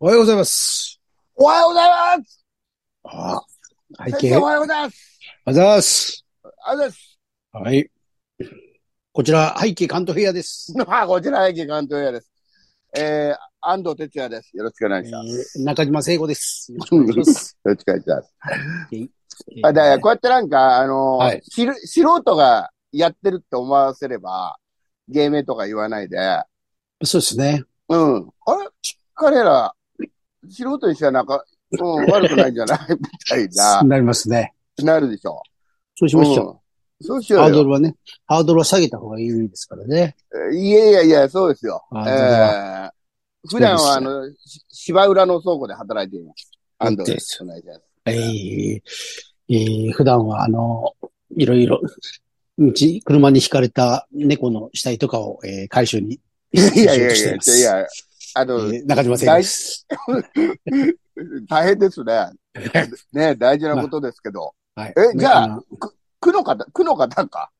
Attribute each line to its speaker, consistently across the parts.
Speaker 1: おはようございます。
Speaker 2: おはようございます
Speaker 1: ああ、背
Speaker 2: 先
Speaker 1: 景。
Speaker 2: 生
Speaker 1: お
Speaker 2: お
Speaker 1: はよ
Speaker 2: はようございます
Speaker 1: うございます。
Speaker 2: ありがとうございます
Speaker 1: はい。こちら、背景関東部屋です。
Speaker 2: まあ、こちら、駅関東屋です。えー、安藤哲也です。よろしくお願いします。
Speaker 1: えー中島聖子です。よろしくお願いします。
Speaker 2: よろしくお願いします。
Speaker 1: えー
Speaker 2: あ、だからこうやってなんか、あの、
Speaker 1: はい
Speaker 2: 知る素人がやってるって思わせれば、芸名とか言わないで、
Speaker 1: そうですね。
Speaker 2: うん。あれ彼ら、素人にしてはなんか、うん、悪くないんじゃないみた いな、
Speaker 1: なりますね。
Speaker 2: なるでしょ。
Speaker 1: そうしましょう。
Speaker 2: うんそうしよ
Speaker 1: ハ
Speaker 2: う
Speaker 1: ード
Speaker 2: よ。
Speaker 1: ルはね、ハードルは下げた方がいいですからね。
Speaker 2: いやいやいや、そうですよ。
Speaker 1: ハードルは。
Speaker 2: えー、普段は、あの、し芝浦の倉庫で働いています。安藤です。お願いします。
Speaker 1: えーえー普段は、あの、いろいろ、うち、車に引かれた猫の死体とかを、えー回収に。
Speaker 2: いやいやいや
Speaker 1: し
Speaker 2: い
Speaker 1: て
Speaker 2: や
Speaker 1: います
Speaker 2: いや、あ
Speaker 1: え
Speaker 2: の、
Speaker 1: ー中島聖子です。
Speaker 2: 大変ですね。ね、大事なことですけど。
Speaker 1: はい
Speaker 2: えじゃあ
Speaker 1: の
Speaker 2: 区の方、区の方か。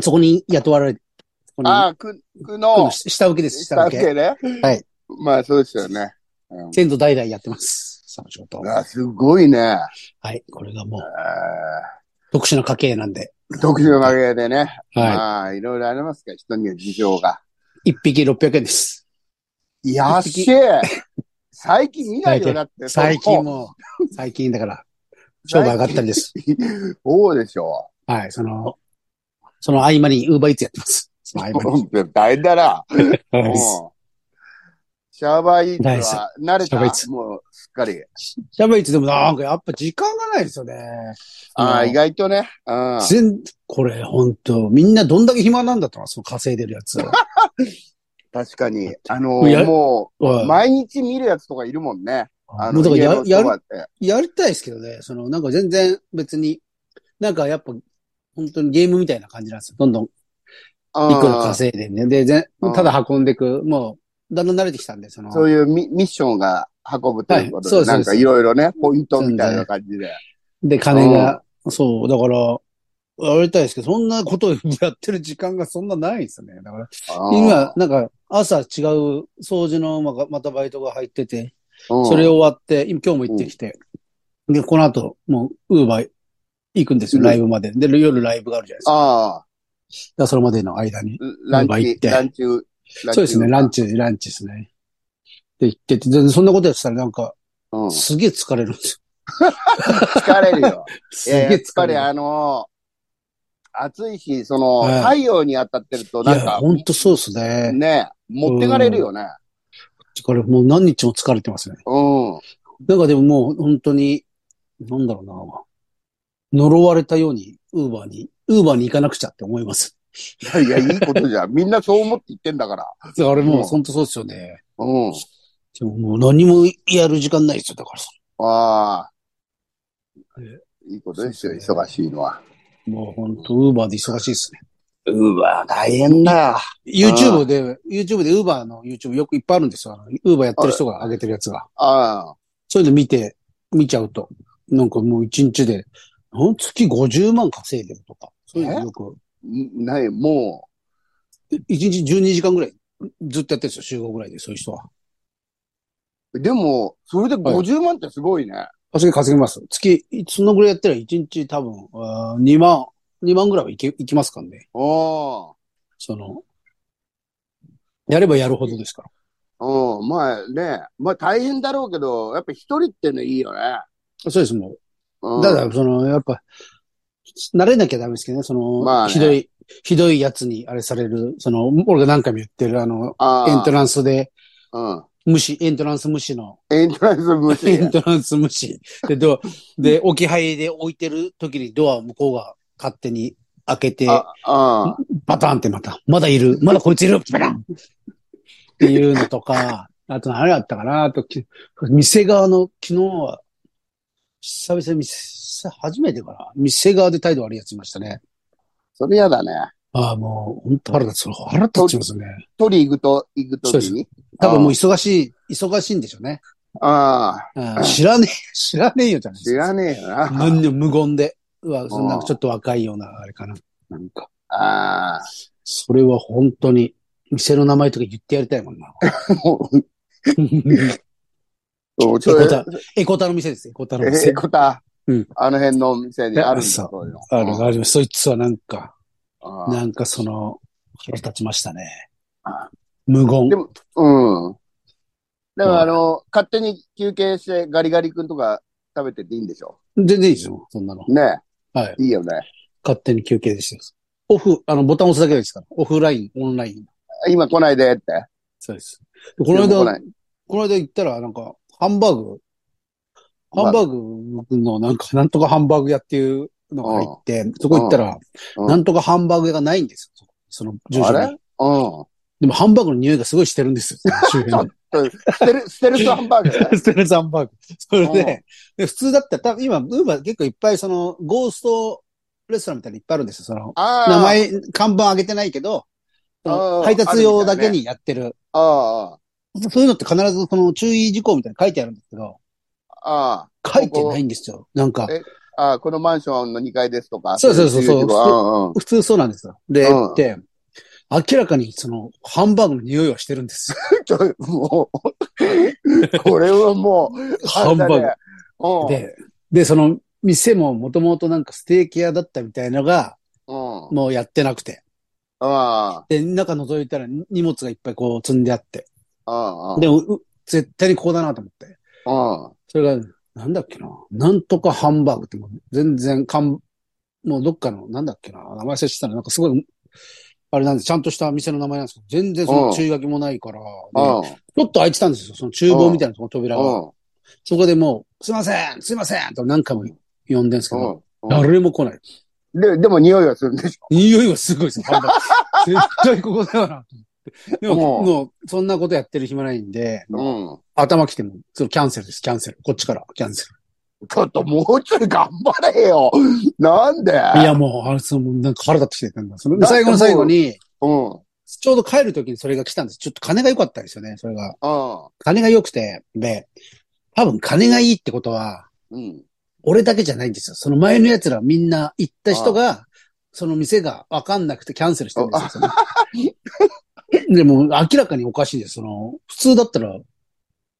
Speaker 1: そこに雇われて、そこに
Speaker 2: ああ、区、区
Speaker 1: こ
Speaker 2: の
Speaker 1: の、下請けです、
Speaker 2: 下
Speaker 1: 下
Speaker 2: 請
Speaker 1: 請け。
Speaker 2: けね。
Speaker 1: はい。
Speaker 2: まあ、そうですよね。うん
Speaker 1: 先祖代々やってます。その仕事。
Speaker 2: あすごいね。あ
Speaker 1: はい。これがもう
Speaker 2: ー
Speaker 1: 特殊な家系なんで。
Speaker 2: 特殊な負けでね。
Speaker 1: は
Speaker 2: まあ、いろいろありますから、人には事情が。
Speaker 1: い。一匹600円です。
Speaker 2: 安い。最近見ないよ、だって。
Speaker 1: 最近もう、最近だから、商売上がったりです。
Speaker 2: そうでしょ
Speaker 1: はい。その、その合間にウーバーイーツやってます。その合間に。
Speaker 2: う。 大変だな。
Speaker 1: はい
Speaker 2: うん
Speaker 1: です
Speaker 2: シャーバーイーツ
Speaker 1: ないです
Speaker 2: は慣れ
Speaker 1: シャーバーイー
Speaker 2: た
Speaker 1: ツ
Speaker 2: もう、すっかり。
Speaker 1: シャーバーイーツでもなんかやっぱ時間がないですよね。
Speaker 2: ああ、
Speaker 1: の
Speaker 2: 意外とね。うん。
Speaker 1: 全、これ本当みんなどんだけ暇なんだと思うその稼いでるや つを。
Speaker 2: 確かに。
Speaker 1: い
Speaker 2: あ
Speaker 1: や
Speaker 2: の、も
Speaker 1: は
Speaker 2: う、
Speaker 1: い
Speaker 2: 毎日見るやつとかいるもんね。あ
Speaker 1: もうだから
Speaker 2: の、家
Speaker 1: や
Speaker 2: の
Speaker 1: や
Speaker 2: そ
Speaker 1: る
Speaker 2: ばって。
Speaker 1: やりたいですけどね、その、なんか全然別に、なんかやっぱ、本当にゲームみたいな感じなんですよ。どんどんい
Speaker 2: うん
Speaker 1: くら稼いでね。で、ぜ
Speaker 2: うん
Speaker 1: んただ運んでいく。もう、だんだん慣れてきたんで、その、
Speaker 2: そういうミミッションが運ぶというこ
Speaker 1: は
Speaker 2: とで、
Speaker 1: いそうです
Speaker 2: なんかいろいろね、ポイントみたいな感じで。
Speaker 1: で、金が、そう、だから、やりたいですけど、そんなことをやってる時間がそんなないですよね。だから、今、なんか、朝違う掃除のまがまたバイトが入ってて、そ
Speaker 2: そ
Speaker 1: れ終わって、今今日も行ってきて、で、この後、もう、ウーバー行くんですよ、ライブまで。で、夜ライブがあるじゃないですか。
Speaker 2: ああ、
Speaker 1: だからそれまでの間に。
Speaker 2: ラン
Speaker 1: まあ行っ
Speaker 2: チ、
Speaker 1: て
Speaker 2: ランチ、
Speaker 1: そ
Speaker 2: ランチ
Speaker 1: うですね、ランチ、ランチですね。で、行ってて、でそんなことやってたらなんか、
Speaker 2: うん
Speaker 1: すげえ疲れるんです
Speaker 2: 疲れるよ。
Speaker 1: よ。す
Speaker 2: い
Speaker 1: げ
Speaker 2: や
Speaker 1: え
Speaker 2: いややっぱ
Speaker 1: 疲れ
Speaker 2: り
Speaker 1: る。
Speaker 2: あの、暑いし、その、
Speaker 1: はい
Speaker 2: 太陽に当たってると、
Speaker 1: い
Speaker 2: なん
Speaker 1: や、
Speaker 2: か、
Speaker 1: ほんとそうですね。
Speaker 2: ね、持ってかれるよね。
Speaker 1: これもう何日も疲れてますね。
Speaker 2: うん。
Speaker 1: なんかでももう本当に、なんだろうな呪われたように、ウーバーに、ウーバーに行かなくちゃって思います。
Speaker 2: いやいや、いいこ とじゃん。みんなそう思って言ってんだから。
Speaker 1: だから俺
Speaker 2: う
Speaker 1: も
Speaker 2: ん
Speaker 1: う本当そうですよね。
Speaker 2: うん。
Speaker 1: でももう何もやる時間ないですよ、だから
Speaker 2: ああ
Speaker 1: え。
Speaker 2: いいことですよ、
Speaker 1: そうですね
Speaker 2: 忙しいのは。
Speaker 1: もう本当ウーバーで忙しいですね。
Speaker 2: うわ、大変だ。
Speaker 1: YouTube で、YouTube で Uber の YouTube よくいっぱいあるんですよ。あの Uber やってる人が上げてるやつが。
Speaker 2: あ
Speaker 1: そういうの見て、見ちゃうと、なんかもう一日で、なん月50万稼いでるとか、そういうのよく、
Speaker 2: あ。んない、も
Speaker 1: 一日12時間ぐらいずっとやってるんですよ、週5ぐらいで、そういう人は。
Speaker 2: う。でも、それで50万ってすごいね。
Speaker 1: あ、それ稼げます。月、そのぐらいやったら一日多分、あー2万、2万ぐらいはいけ、いきますからね。
Speaker 2: うん。
Speaker 1: その、やればやるほどですから。
Speaker 2: うん、まあね、まあ大変だろうけど、やっぱ一人ってのいいよね。
Speaker 1: そうです、もう。
Speaker 2: うん、
Speaker 1: ただ、その、やっぱ、慣れなきゃダメですけどね、その、
Speaker 2: まあね
Speaker 1: ひどい、ひどいやつにあれされる、その、俺が何回も言ってる、あの、
Speaker 2: ああ
Speaker 1: エントランスで、
Speaker 2: うん。
Speaker 1: 無視、エントランス無視の、
Speaker 2: エントランス無視。
Speaker 1: エントランス無視。で、ドア、で、置き配で置いてる時にドアを向こうが勝手に開けて、
Speaker 2: あ、
Speaker 1: バタンってまた、まだいる、まだこいついる、バタンっていうのとか、あと何だったかな、あと、き店側の昨日は、久々に店、初めてかな、店側で態度悪いやついましたね。
Speaker 2: それ嫌だね。
Speaker 1: ああ、もう、本当腹立つ。それ腹立ちますよね。
Speaker 2: 取り行くと、行くときに。
Speaker 1: 多分もう忙しい、忙しいんでしょうね。
Speaker 2: ああ、
Speaker 1: うん知らねえ、知らねえよじゃないで
Speaker 2: 知
Speaker 1: すか。
Speaker 2: らねえよな。
Speaker 1: 無無言で。うわ、
Speaker 2: うん
Speaker 1: なんかちょっと若いような、あれかな。なんか、
Speaker 2: ああ。
Speaker 1: それは本当に、店の名前とか言ってやりたいもんな。
Speaker 2: もうそう、ち
Speaker 1: エ
Speaker 2: ょ
Speaker 1: コ
Speaker 2: い、
Speaker 1: タ、エコタの店です、エコタの
Speaker 2: え、
Speaker 1: 店。
Speaker 2: こた、
Speaker 1: うん
Speaker 2: あの辺の店にあるんだ、
Speaker 1: いやそう
Speaker 2: そういうの。
Speaker 1: ある、ある。そいつはなんか、
Speaker 2: あー
Speaker 1: なんかその、腹立ちましたね
Speaker 2: あ。
Speaker 1: 無言
Speaker 2: で。もうん。だ
Speaker 1: ま
Speaker 2: から、
Speaker 1: あ
Speaker 2: あの、勝手に休憩してガリガリ君とか食べてていいんでしょ
Speaker 1: 全然いいですよ、そんなの。
Speaker 2: ね
Speaker 1: はい。
Speaker 2: いいよね。
Speaker 1: 勝手に休憩ですよ。オフ、あの、ボタン押すだけですから。オフライン、オンライン。
Speaker 2: 今来ないでって。
Speaker 1: そうです。でこの
Speaker 2: でも
Speaker 1: 間
Speaker 2: 来ない、
Speaker 1: この間行ったら、なんか、ハンバーグ、ハンバーグの、なんか、なんとかハンバーグ屋っていうのが入って、そこ行ったら、
Speaker 2: うん
Speaker 1: なんとかハンバーグ屋がないんですよ。その住所
Speaker 2: あ
Speaker 1: に
Speaker 2: れ。うん。
Speaker 1: でも、ハンバーグの匂いがすごいしてるんです よ。周辺の
Speaker 2: ステル、ステルスハンバーグ ね。
Speaker 1: ステルザンバーグ。それで、で普通だったら、多分今、ウーバー結構いっぱい、その、ゴーストレストランみたいなのいっぱいあるんですよ。その、
Speaker 2: ああ。
Speaker 1: 名。前、看板上げてないけど、そ
Speaker 2: あ
Speaker 1: の
Speaker 2: ー
Speaker 1: 配達用だけにやってる。
Speaker 2: あ
Speaker 1: そういうのって必ずその注意事項みたいなの書いてあるんですけど、
Speaker 2: あ。あ
Speaker 1: 書いてないんですよ。なんか
Speaker 2: え、あ。ああ、このマンションの2階ですとか。
Speaker 1: そうそうそうそう
Speaker 2: いとこ
Speaker 1: 普通そうなんですよ。で、
Speaker 2: うん
Speaker 1: で、明らかにその、ハンバーグの匂いはしてるんですよ。
Speaker 2: うんうん。ちょ、もう、 これはもう、
Speaker 1: ハンバーグ
Speaker 2: あれだねうん。
Speaker 1: で、で、その、店ももともとなんかステーキ屋だったみたいのが、
Speaker 2: うん。
Speaker 1: もうやってなくて。
Speaker 2: あ
Speaker 1: で、中覗いたら荷物がいっぱいこう積んであって。
Speaker 2: あ。ああ。
Speaker 1: でも、う絶対にここだなと思って。
Speaker 2: うん。
Speaker 1: それが、なんだっけな。なんとかハンバーグってもう全然かん、もうどっかの、なんだっけな。名前接したらなんかすごい、あれなんです。ちゃんとした店の名前なんですけど、全然その注意書きもないから、で
Speaker 2: うん。
Speaker 1: ちょっと開いてたんですよ。その厨房みたいなとこの扉が。
Speaker 2: うん。
Speaker 1: そこでもう、すいませんすいませんと何回も呼んでんですけど、
Speaker 2: うん
Speaker 1: 誰も来ない。
Speaker 2: で、でも匂いがするんでしょ
Speaker 1: 匂いはすごいですよ、ハン バーグ。絶対ここだよなと思って。でも、
Speaker 2: うん
Speaker 1: もう、そんなことやってる暇ないんで、
Speaker 2: うん。
Speaker 1: 頭きても、そのキャンセルです、キャンセル。こっちから、キャンセ
Speaker 2: ちょっともうちょい頑張れよ。なんで
Speaker 1: ル。いや、もう、あれ、その、なんか腹立ってきて、なんか、その、最後の最後に、
Speaker 2: うん。うん。
Speaker 1: ちょうど帰る時にそれが来たんです。ちょっと金が良かったんですよね、それが。金が良くて、で、多分金がいいってことは、
Speaker 2: うん。
Speaker 1: 俺だけじゃないんですよ。その前の奴らみんな行った人が、その店がわかんなくてキャンセルしてるんですよその。 でも明らかにおかしいです。その、普通だったら、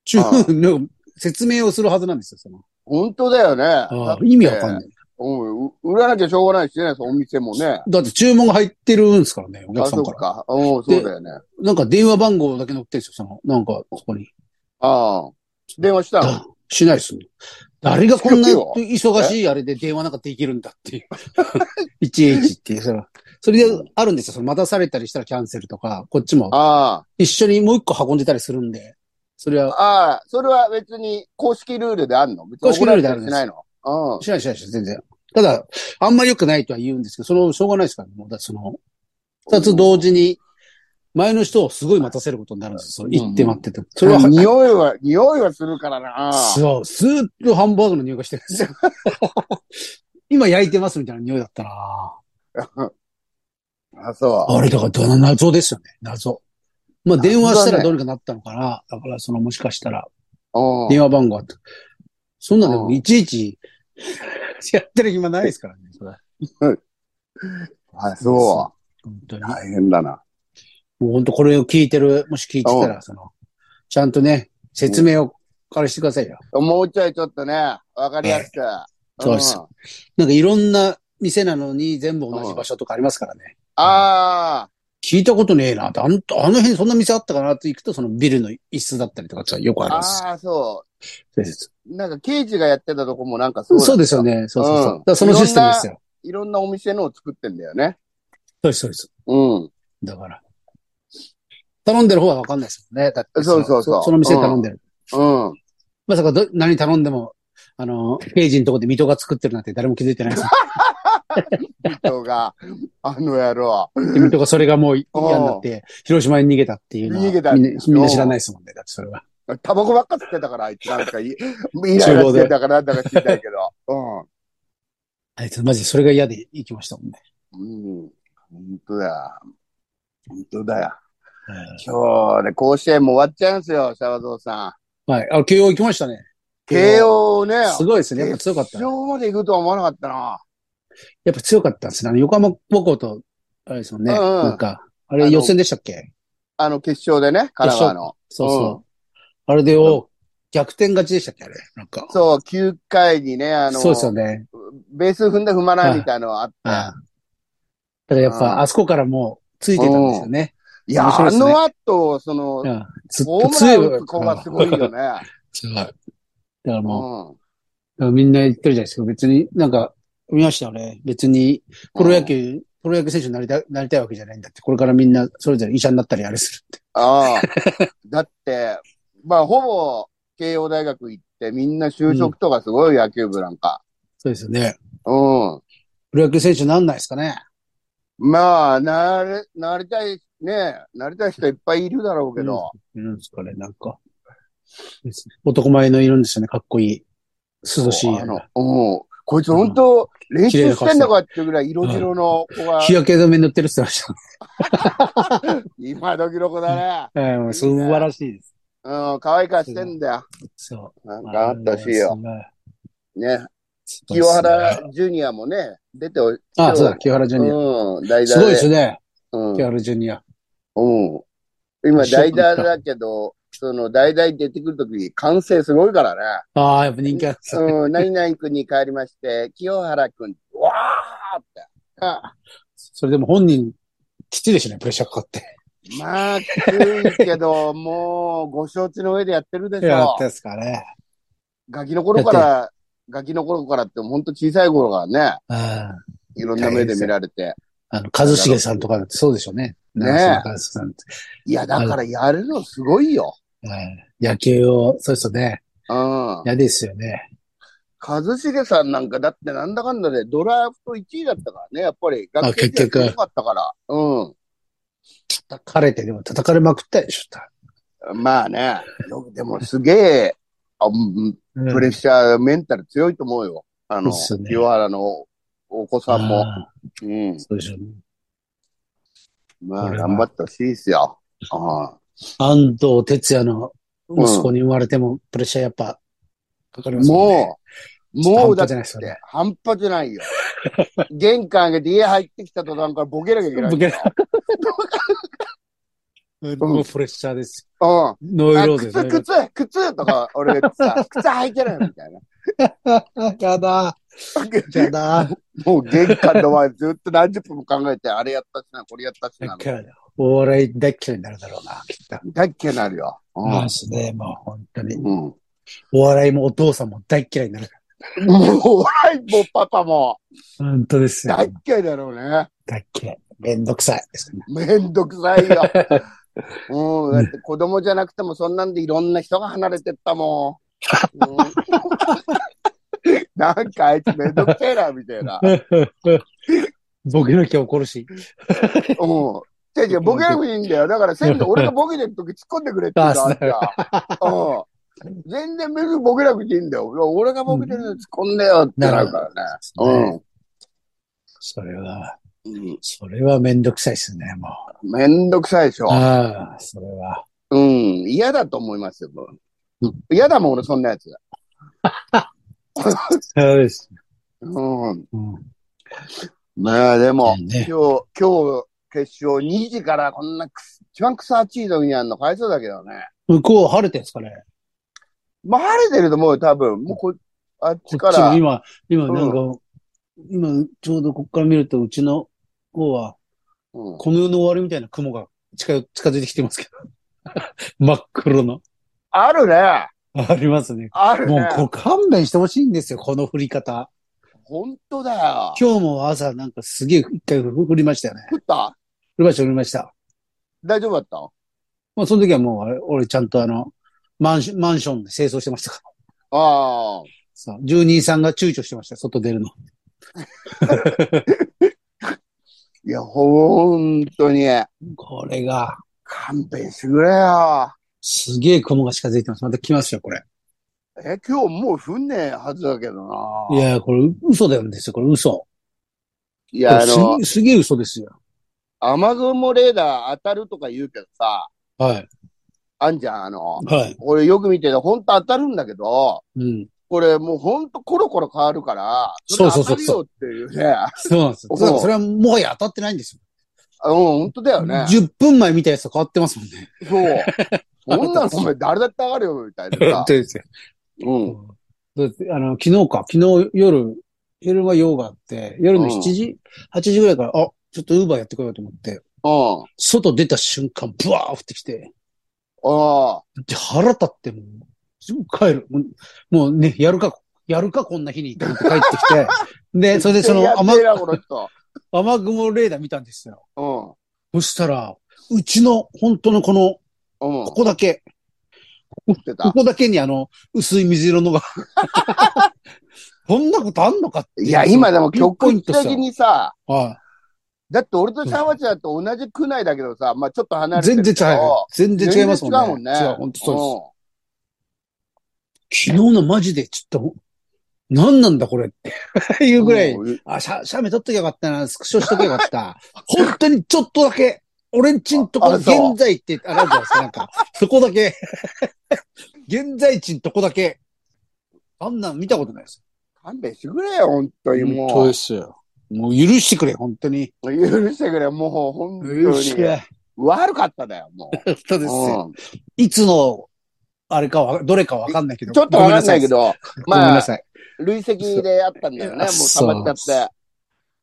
Speaker 1: 中
Speaker 2: ああ
Speaker 1: の説明をするはずなんですよ。その
Speaker 2: 本当だよね。
Speaker 1: ああ意味わかん
Speaker 2: い。
Speaker 1: ない。
Speaker 2: うん。う売らなきゃしょうがないしね、そのお店もね。
Speaker 1: だって注文が入ってるんですからね、お
Speaker 2: あ、
Speaker 1: 客さ
Speaker 2: そ
Speaker 1: ん
Speaker 2: う
Speaker 1: から。
Speaker 2: か。うん、そうだよね。
Speaker 1: なんか電話番号だけ載ってるんですよ。その、なんか、そこに。
Speaker 2: ああ。電話したの
Speaker 1: だしないですね。誰がこんな
Speaker 2: 聞く
Speaker 1: 忙しいあれで電話なんかできるんだっていう。いちいちっていう。それはそれであるんですよ。その待たされたりしたらキャンセルとか、こっちも
Speaker 2: あ
Speaker 1: 一緒にもう一個運んでたりするんで、それ
Speaker 2: あ。
Speaker 1: は、
Speaker 2: ああ、それは別に公式ルールであんの別に
Speaker 1: 公式ルールであるん
Speaker 2: 怒
Speaker 1: です
Speaker 2: られたりしないの
Speaker 1: しないしないしない、全然。ただ、あんま良くないとは言うんですけど、その、しょうがないですからね。もうだってその、
Speaker 2: うん。
Speaker 1: 二つ同時に、前の人をすごい待たせることになるんですよ。
Speaker 2: ん
Speaker 1: 行って待ってて。そ
Speaker 2: そ
Speaker 1: れ
Speaker 2: れ
Speaker 1: は、
Speaker 2: は匂いは、匂いはするからな。
Speaker 1: そう、ずーっとハンバーグの匂いがしてるんです よ。今焼いてますみたいな匂いだったな
Speaker 2: あ、そ
Speaker 1: あれだから謎ですよね、謎。まあ、電話したらどうにかなったのかな。だから、その、もしかしたら、
Speaker 2: う。うん。
Speaker 1: 電話番号あった。そんなで
Speaker 2: う
Speaker 1: も、
Speaker 2: ん
Speaker 1: いちいち、やってる暇ないですからね、それ。
Speaker 2: あ、そ
Speaker 1: 本当に。
Speaker 2: う。大変だな。
Speaker 1: もう本当これを聞いてる、もし聞いてたら、その、ちゃんとね、説明をあれしてくださいよ。
Speaker 2: もうちょいちょっとね、わかりやすく。
Speaker 1: そうです
Speaker 2: ん
Speaker 1: なんかいろんな店なのに全部同じ場所とかありますからね。
Speaker 2: ああ、
Speaker 1: 聞いたことねえなって、あの、あの辺そんな店あったかなって行くと、そのビルの一室だったりとかさ、よくあるんです
Speaker 2: ああ、そ
Speaker 1: そうです。
Speaker 2: う。なんか刑事がやってたとこもなんかそう
Speaker 1: そう
Speaker 2: で
Speaker 1: ですよね。そうそうそう。
Speaker 2: うん
Speaker 1: だからそのシステムですよ。
Speaker 2: いろんなお店のを作ってんだよね。
Speaker 1: そうです、そうです。
Speaker 2: うん。
Speaker 1: だから。頼んでる方は分かんないですもんね。だって
Speaker 2: そうそうそう
Speaker 1: その店頼んでる。
Speaker 2: うん。
Speaker 1: まさかど、何頼んでも、あの、ページのとこで水戸が作ってるなんて誰も気づいて ないです。
Speaker 2: 人が、あの野郎。
Speaker 1: で水戸がそれがもう嫌になって、広島に逃げたっていうのは
Speaker 2: 逃げた
Speaker 1: みんなみんな知らないですもんね。だってそれは。
Speaker 2: タバコばっか吸ってたから、あいつなんかい、イライラしてたから、なんだか知りたいけど。
Speaker 1: あいつ、マジでそれが嫌で行きましたもんね。
Speaker 2: うん。うん。本当だよ。本当だよ。今日で甲子園も終わっちゃうんですよ、シャワゾウさん。
Speaker 1: はい。あ、慶応行きましたね。
Speaker 2: 慶応ね、
Speaker 1: すごいですね。やっぱ強かった
Speaker 2: 決。勝まで行くとは思わなかったな。
Speaker 1: やっぱ強かったんですね。あの、横浜母校と、あれですもんね。
Speaker 2: うんうん
Speaker 1: なんか、あ
Speaker 2: あ
Speaker 1: れ
Speaker 2: の
Speaker 1: 予選でしたっけ
Speaker 2: あの決勝でね、神奈川の。
Speaker 1: そうそう。あれで、お逆転勝ちでしたっけあれ。なんか。
Speaker 2: そう、9回にね、あの、
Speaker 1: そうですよね。
Speaker 2: ベース踏んだ踏まないみたいなのがあって、
Speaker 1: うん。だからやっ
Speaker 2: うん
Speaker 1: ぱ、あそこからもう、ついてたんですよね。
Speaker 2: いや、
Speaker 1: 面白い
Speaker 2: あ
Speaker 1: っすね
Speaker 2: の後、その、
Speaker 1: うん。ずっ
Speaker 2: ホ
Speaker 1: と
Speaker 2: ームラン打
Speaker 1: 強
Speaker 2: つ
Speaker 1: い。
Speaker 2: 子がすごいよね。
Speaker 1: すごい。だから
Speaker 2: う
Speaker 1: も
Speaker 2: ん。
Speaker 1: う、みんな言ってるじゃないですか。別に、なんか、見ましたよね。別に、プロ野球、プロ野球選手になりたい、なりたいわけじゃないんだって。これからみんな、それぞれ医者になったりあれするって。
Speaker 2: ああ。だって、まあ、ほぼ、慶応大学行って、みんな就職とかすごい野球部なんか。
Speaker 1: そうですよね。
Speaker 2: うん。
Speaker 1: プロ野球選手になんないですかね。
Speaker 2: まあ、なれ、なりたい、ねなりたい人いっぱいいるだろうけど。
Speaker 1: いるんですかね、なんか。男前のいるんですよね。かっこいい。涼しい
Speaker 2: そう
Speaker 1: や
Speaker 2: あ
Speaker 1: つ
Speaker 2: の、うん。こいつ本当、練習してんのかっていうぐらい色白の子が
Speaker 1: 日、焼け止め塗ってるって言ってました。
Speaker 2: 今時の子だね。
Speaker 1: ええ、もう素晴らしいです。
Speaker 2: うん、可愛い顔してんだよ。
Speaker 1: そ
Speaker 2: なん
Speaker 1: う。
Speaker 2: かあったしいよ。ね。
Speaker 1: すごい。
Speaker 2: 清
Speaker 1: す
Speaker 2: 原ジュニアもね、出ておい
Speaker 1: ごいあ、そうだ、清原ジュニア。
Speaker 2: うん、代打
Speaker 1: すごいですね、
Speaker 2: うん
Speaker 1: 清原ジュニア。
Speaker 2: うん。今、代打だけど、その、代打に出てくるとき、歓声すごいからね。
Speaker 1: ああ、やっぱ人気ある。
Speaker 2: うん、何々君に帰りまして、清原君、わーって。あ
Speaker 1: それでも本人、きっちりでしょね、プレッシャーかかって。
Speaker 2: まあ、きついけど、 もう、ご承知の上でやってるでし
Speaker 1: や
Speaker 2: ょ
Speaker 1: った。ですかね。
Speaker 2: ガキの頃から、ガキの頃からって、ほんと小さい頃からね、
Speaker 1: あ
Speaker 2: いろんな目で見られて。
Speaker 1: あの、一茂さんとかだってそうでしょうね。
Speaker 2: ねえ
Speaker 1: 長嶋一茂さんって
Speaker 2: いや、だからやるのすごいよ。
Speaker 1: うん野球を、そうですよね。
Speaker 2: うん。
Speaker 1: 嫌ですよね。
Speaker 2: 一茂さんなんか、だってなんだかんだで、ドラフト1位だったからね、やっぱり。
Speaker 1: あ結局
Speaker 2: 良かったから。うん。
Speaker 1: 叩かれて、でも叩かれまくったでしょ、
Speaker 2: まあね。よでもすげえ、あうん
Speaker 1: うん
Speaker 2: プレッシャー、メンタル強いと思うよ。あの、
Speaker 1: そうっすね
Speaker 2: 清原のお子さんも。
Speaker 1: ああ
Speaker 2: うん。
Speaker 1: そうでしょうね。
Speaker 2: まあ、
Speaker 1: 俺は
Speaker 2: 頑張ってほしいですよ。あ
Speaker 1: 安藤哲也の息子に生まれても、プレッシャーやっぱ、かかり
Speaker 2: あ
Speaker 1: ますよね。
Speaker 2: もう、もう
Speaker 1: 半
Speaker 2: だ
Speaker 1: 端じ
Speaker 2: って
Speaker 1: ゃないですよね、
Speaker 2: 半端じゃないよ。玄関開けて家入ってきた途端からボケなきゃいけない。
Speaker 1: ボケなもうプレッシャーです。
Speaker 2: うん。
Speaker 1: ノイ
Speaker 2: あ
Speaker 1: ローゼ、ノ
Speaker 2: 靴、
Speaker 1: イロー
Speaker 2: 靴、靴とか、俺がさ、靴履いてないみたいな。
Speaker 1: ゼ。やだ、やだ、
Speaker 2: もう玄関の前ずっと何十分も考えて、あれやったしな、これやった しな。
Speaker 1: お笑い大っ嫌いになるだろうな、きっと。
Speaker 2: だっけなるよ。うん
Speaker 1: マジで、もう本当に。
Speaker 2: うん。
Speaker 1: お笑いもお父さんも大っ嫌いになる。
Speaker 2: もう、お笑いもパパも、
Speaker 1: 本当ですよ。
Speaker 2: 大っ嫌いだろうね。
Speaker 1: 大っ嫌い。めんどくさいです ね。
Speaker 2: めんどくさいよ。うん、だって子供じゃなくてもそんなんでいろんな人が離れてったもん。うんなんかあいつめんどくせえな、みたいな。
Speaker 1: ボケなきゃ怒るし。
Speaker 2: うん。てじゃボケなくていいんだよ。だから先生、俺がボケてる時突っ込んでくれって言うのあんた。うん。全然別にボケなくていいんだよ。俺がボケてるのに突っ込んでよってなるからね。
Speaker 1: それは、
Speaker 2: うん。うん
Speaker 1: それはめんどくさいですね、も
Speaker 2: めんどくさいでしょ
Speaker 1: う。。ああ、それは。
Speaker 2: うん、嫌だと思いますよ。もう
Speaker 1: う
Speaker 2: 嫌だもん、俺、そんなやつ。
Speaker 1: そうです。
Speaker 2: うん。
Speaker 1: うん。
Speaker 2: まあ、でも、
Speaker 1: ね、
Speaker 2: 今日、今日、決勝2時からこんなくす、一番草暑い時にやるのかわいそうだけどね。
Speaker 1: 向こう晴れてんすかね
Speaker 2: まあ、晴れてると思うよ、多分。もうこ、あっ
Speaker 1: こ
Speaker 2: ち
Speaker 1: っ
Speaker 2: か
Speaker 1: ちも
Speaker 2: ら。
Speaker 1: 今、今なんか、今ちょうどこっから見るとうちの方は、
Speaker 2: うん
Speaker 1: この世の終わりみたいな雲が近い近づいてきてますけど。 真っ黒の。
Speaker 2: あるね。
Speaker 1: ありますね。
Speaker 2: ある
Speaker 1: も
Speaker 2: ね
Speaker 1: う。これ勘弁してほしいんですよ、この降り方。
Speaker 2: 本当だよ。
Speaker 1: 今日も朝なんかすげえ一回降りましたよね。
Speaker 2: 降った
Speaker 1: 降りました、降りました。
Speaker 2: 大丈夫だった
Speaker 1: まあその時はもうあれ俺ちゃんとあの、マンション、マンションで清掃してましたから。
Speaker 2: ああ。
Speaker 1: さあ、住人さんが躊躇してましたよ、外出るの。
Speaker 2: いや、本当に。
Speaker 1: これが、
Speaker 2: 勘弁してくれよ。
Speaker 1: すげえ雲が近づいてます。また来ますよ、これ。
Speaker 2: え、今日もう降んねえはずだけどな。
Speaker 1: いや、これ嘘だよんですよ、これ嘘。
Speaker 2: いや、あ
Speaker 1: これ
Speaker 2: の、
Speaker 1: すすげえ嘘ですよ。
Speaker 2: 雨雲レーダー当たるとか言うけどさ、
Speaker 1: はい。
Speaker 2: あんじゃん、あの、
Speaker 1: はい。
Speaker 2: 俺よく見てて、ほんと当たるんだけど、
Speaker 1: うん。
Speaker 2: これもうほんとコロコロ変わるから、
Speaker 1: そうそう
Speaker 2: そ
Speaker 1: そ
Speaker 2: れ
Speaker 1: う
Speaker 2: 当
Speaker 1: そ
Speaker 2: たるよっていうね。
Speaker 1: そうなんですよ。
Speaker 2: そう
Speaker 1: そそれはもはや当たってないんですよ。
Speaker 2: うん、ほんとだよね。
Speaker 1: 10分前見たやつと変わってますもんね。
Speaker 2: そう。そんなのお前誰だって上がるよ、みた いな
Speaker 1: 本
Speaker 2: さ。
Speaker 1: 当ですよ。
Speaker 2: うん。
Speaker 1: だってあの、昨日か、昨日夜、夜は用があって、夜の7時、8時ぐらいから、あ、ちょっとウーバーやってこようと思って、
Speaker 2: うん。
Speaker 1: 外出た瞬間、ブワー降ってきて、
Speaker 2: あ
Speaker 1: で腹立ってもう、すぐ帰る。もうもうね、やるか、やるか、こんな日に、と思って帰ってき て、で、
Speaker 2: あ。
Speaker 1: それでその
Speaker 2: やっ
Speaker 1: 雨
Speaker 2: てるな、この人。
Speaker 1: 雨雲レーダー見たんですよ。
Speaker 2: う
Speaker 1: そしたら、うちの、本当のこの、
Speaker 2: ん。うん。
Speaker 1: ここだけ、
Speaker 2: ってた
Speaker 1: こ。こだけにあの、薄い水色 のが。こんなことあんのかって。
Speaker 2: いや、今でも
Speaker 1: ポイ
Speaker 2: 局
Speaker 1: ン
Speaker 2: 地
Speaker 1: トさ
Speaker 2: 的にさ、
Speaker 1: は
Speaker 2: だって俺とシャワちゃんと同じ区内だけどさ、まあちょっと離
Speaker 1: い。
Speaker 2: れて
Speaker 1: 全然
Speaker 2: るけ
Speaker 1: 違う
Speaker 2: ど。。
Speaker 1: 全然違いますもんね。
Speaker 2: 全然違うもんね。
Speaker 1: 違う、本当そうです。昨日のマジで、ちょっと、何なんだこれって。 いうぐらい、
Speaker 2: うん
Speaker 1: あ、シャ、シャメ撮っときゃよかったな、スクショしときゃよか った。本当にちょっとだけ、俺んちんとこ、
Speaker 2: あ
Speaker 1: 現
Speaker 2: そう
Speaker 1: 在って、あれあるじゃないですか、なんか、そこだけ、現在地んとこだけ、あんなん見たことないです。
Speaker 2: 勘弁してくれよ、本当に
Speaker 1: 本当
Speaker 2: も
Speaker 1: で
Speaker 2: う。
Speaker 1: すよ。もう許してくれ、本当に。
Speaker 2: 許してくれ、もう本当
Speaker 1: 許してく
Speaker 2: に。
Speaker 1: れ。
Speaker 2: 悪かっただよ、もう。
Speaker 1: 本当ですよ。
Speaker 2: うん
Speaker 1: いつの、あれかわ、どれかわかんないけど。
Speaker 2: ちょっとわかんないけ
Speaker 1: ど。
Speaker 2: ど、
Speaker 1: ごめん
Speaker 2: ま
Speaker 1: な
Speaker 2: あ、
Speaker 1: さい。
Speaker 2: 累積であったんだよね、もう溜まっちゃって。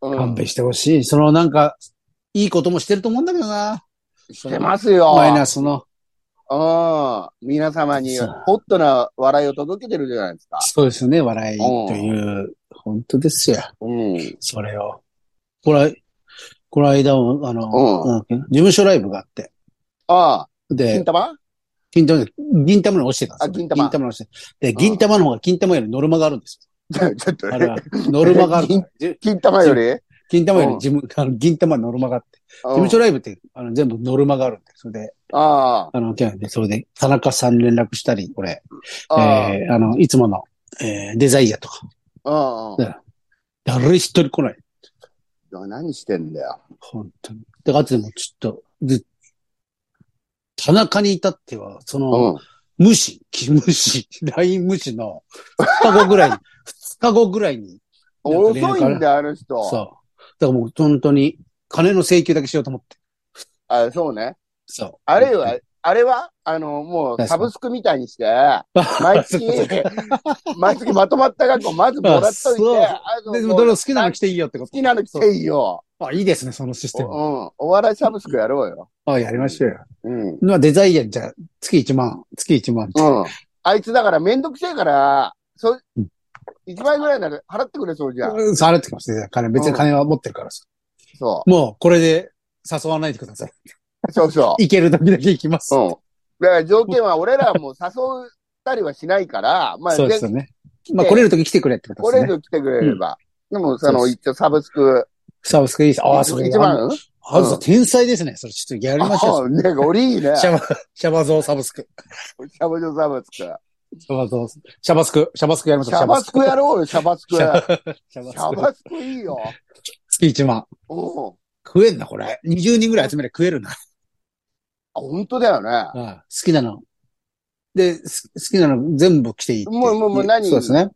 Speaker 2: う
Speaker 1: 勘
Speaker 2: ん。
Speaker 1: 弁してほしい。そのなんか、いいこともしてると思うんだけどな。
Speaker 2: してますよ。
Speaker 1: マイナスの。
Speaker 2: うん。皆様に
Speaker 1: そう
Speaker 2: ホットな笑いを届けてるじゃないですか。
Speaker 1: そうですよね、笑いという。本当ですよ。
Speaker 2: うん。
Speaker 1: それを。こら、この間も、あの、
Speaker 2: うん
Speaker 1: なんだっけ事務所ライブがあって。
Speaker 2: ああ、金
Speaker 1: で、
Speaker 2: 玉
Speaker 1: 金玉で、銀玉の落ちてたんですよ。
Speaker 2: あ銀玉
Speaker 1: 銀玉の落ちて。で、銀玉の方が金玉よりノルマがあるんです
Speaker 2: ちょちょっと
Speaker 1: よ。あれは、ノルマがある。
Speaker 2: 銀金玉よりうん
Speaker 1: 銀玉より自分、 あの、銀玉はノルマがあって。事務所ライブって、あの、全部ノルマがあるんで、それで、
Speaker 2: あ
Speaker 1: あの、でそれで、田中さんに連絡したり、俺、
Speaker 2: あ、ああ
Speaker 1: えー、あの、いつもの、えー、デザイアとか、
Speaker 2: うんうん
Speaker 1: で誰一人来ない。
Speaker 2: いや何してんだよ。
Speaker 1: 本当に。で、あとでもちょっと、ず田中に至っては、その、
Speaker 2: うん。
Speaker 1: 無視、無視、LINE 無視の、2日後ぐらいに、2日後ぐらいに、
Speaker 2: 遅いんだよ、あの人。
Speaker 1: そう。だからもう本当に、金の請求だけしようと思って。
Speaker 2: あそうね。
Speaker 1: そう。
Speaker 2: あるいは、 あれはあの、もう、サブスクみたいにして、毎月、毎月まとまった額をまずもらっといて、
Speaker 1: あ
Speaker 2: あの
Speaker 1: で、で
Speaker 2: も
Speaker 1: も
Speaker 2: う
Speaker 1: どれも好きなの来ていいよってこ
Speaker 2: 好
Speaker 1: と。
Speaker 2: きなの来ていいよ。
Speaker 1: あ、いいですね、そのシス
Speaker 2: お
Speaker 1: テム。
Speaker 2: うん。お笑いサブスクやろうよ。
Speaker 1: あ、やりましょうよ。
Speaker 2: うん。
Speaker 1: まあ、デザイアンじゃ、月1万、月1万。
Speaker 2: うん。あいつだからめんどくせえから、そう
Speaker 1: うん、
Speaker 2: 1倍ぐらいなら払ってくれそうじゃん。
Speaker 1: うん、払ってきますね、金。別に金は持ってるからさ。
Speaker 2: そ
Speaker 1: もう、これで誘わないでください。
Speaker 2: う。そうそ
Speaker 1: 行ける時だけ行きます。
Speaker 2: う。うん。だから条件は俺らはもう誘ったりはしないから、まあ、
Speaker 1: そうですよね。まあ、来れる時来てくれってこと
Speaker 2: こ
Speaker 1: です
Speaker 2: れ
Speaker 1: ね。
Speaker 2: で来てくれれば。でも、そ
Speaker 1: そ
Speaker 2: の、
Speaker 1: うで
Speaker 2: 一応サブスク。
Speaker 1: サブスクいいです。ああ、それ。
Speaker 2: 一番
Speaker 1: ああ、そうう、天才ですね。それちょっとやりましょう。
Speaker 2: あね、俺いいね。シ
Speaker 1: シャ
Speaker 2: ャ
Speaker 1: バ、シャバゾーサブスク。
Speaker 2: バジョサブスク。
Speaker 1: シャバゾー、シャバスク、シャバスクやりまし
Speaker 2: シ
Speaker 1: ょう。
Speaker 2: ャバスクやろうよ、シャバスク。
Speaker 1: シ
Speaker 2: シ
Speaker 1: ャ
Speaker 2: ャ
Speaker 1: バシャバスク。
Speaker 2: バスクいいよ。
Speaker 1: 月1万。
Speaker 2: うん。あ、
Speaker 1: 食えんな、これ。20人ぐらい集めれば食えるな。
Speaker 2: 本当だよね。
Speaker 1: 好きなの。で、す好きなの全部来ていいって。
Speaker 2: もうもうもう何
Speaker 1: そうですね。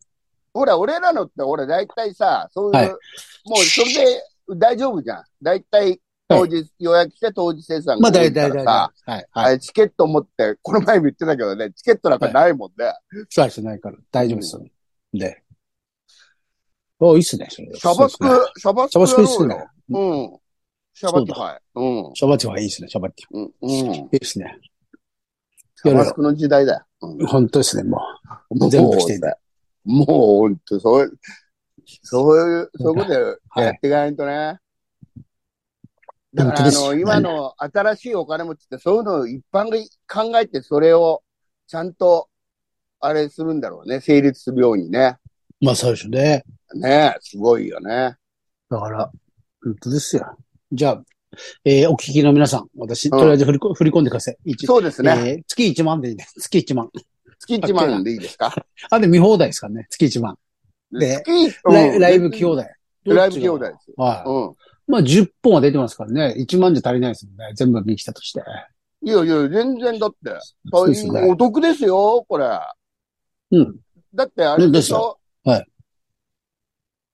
Speaker 2: ほら、俺らのって、俺大体さ、そういう、
Speaker 1: はい
Speaker 2: もうそれで大丈夫じゃん。大体、当日予約して当日生産
Speaker 1: まあ、
Speaker 2: が
Speaker 1: だ
Speaker 2: 多
Speaker 1: い
Speaker 2: い
Speaker 1: だ
Speaker 2: か
Speaker 1: いだ
Speaker 2: ら
Speaker 1: い
Speaker 2: さ
Speaker 1: だ。い。はい。
Speaker 2: あ
Speaker 1: はい。
Speaker 2: れチケット持って、この前も言ってたけどね、チケットなんかないもんね。
Speaker 1: そうじゃないから。大丈夫ですよ。で。あ、いいっすね。シ
Speaker 2: シャバスク、シャバス
Speaker 1: シャ
Speaker 2: クや
Speaker 1: バスクいいっ
Speaker 2: ろ
Speaker 1: す
Speaker 2: う
Speaker 1: ね
Speaker 2: よ。。うん。シャバティファイ。うん。
Speaker 1: シャバティはいいっすね。シャバティ
Speaker 2: うん。うん。
Speaker 1: いいっすね。
Speaker 2: シャバスクの時代だよ。うん
Speaker 1: 本当ですね、も
Speaker 2: もう
Speaker 1: 全部来てんだ
Speaker 2: もう、ほんと、そう、そういう、そういうことやっていかないとね。だから、
Speaker 1: 本当で
Speaker 2: あ
Speaker 1: す
Speaker 2: の、今の新しいお金持ちって、そういうのを一般が考えて、それを、ちゃんと、あれするんだろうね。成立するようにね。
Speaker 1: う。まあ、そうでしょうね。
Speaker 2: ねすごいよね。
Speaker 1: だから、本当ですよ。じゃあ、えー、お聞きの皆さん、私、
Speaker 2: うん
Speaker 1: とりあえず振りこ振り込んでください。一
Speaker 2: そうですね。
Speaker 1: えー月1万でいいです。月1万。
Speaker 2: 月1万でいいですか
Speaker 1: あ、で、見放題ですからね。月1万。で
Speaker 2: 月、
Speaker 1: ライ
Speaker 2: うん
Speaker 1: ライブ兄弟。
Speaker 2: ライブ兄弟ですよ。
Speaker 1: はい。
Speaker 2: うん。
Speaker 1: まあ、10本は出てますからね。1万じゃ足りないですもんね。全部見に来たとして。
Speaker 2: いやいや、全然だって。
Speaker 1: そうですね
Speaker 2: お得ですよ、これ。
Speaker 1: うん。
Speaker 2: だってあれでし
Speaker 1: ど
Speaker 2: ょ
Speaker 1: はい。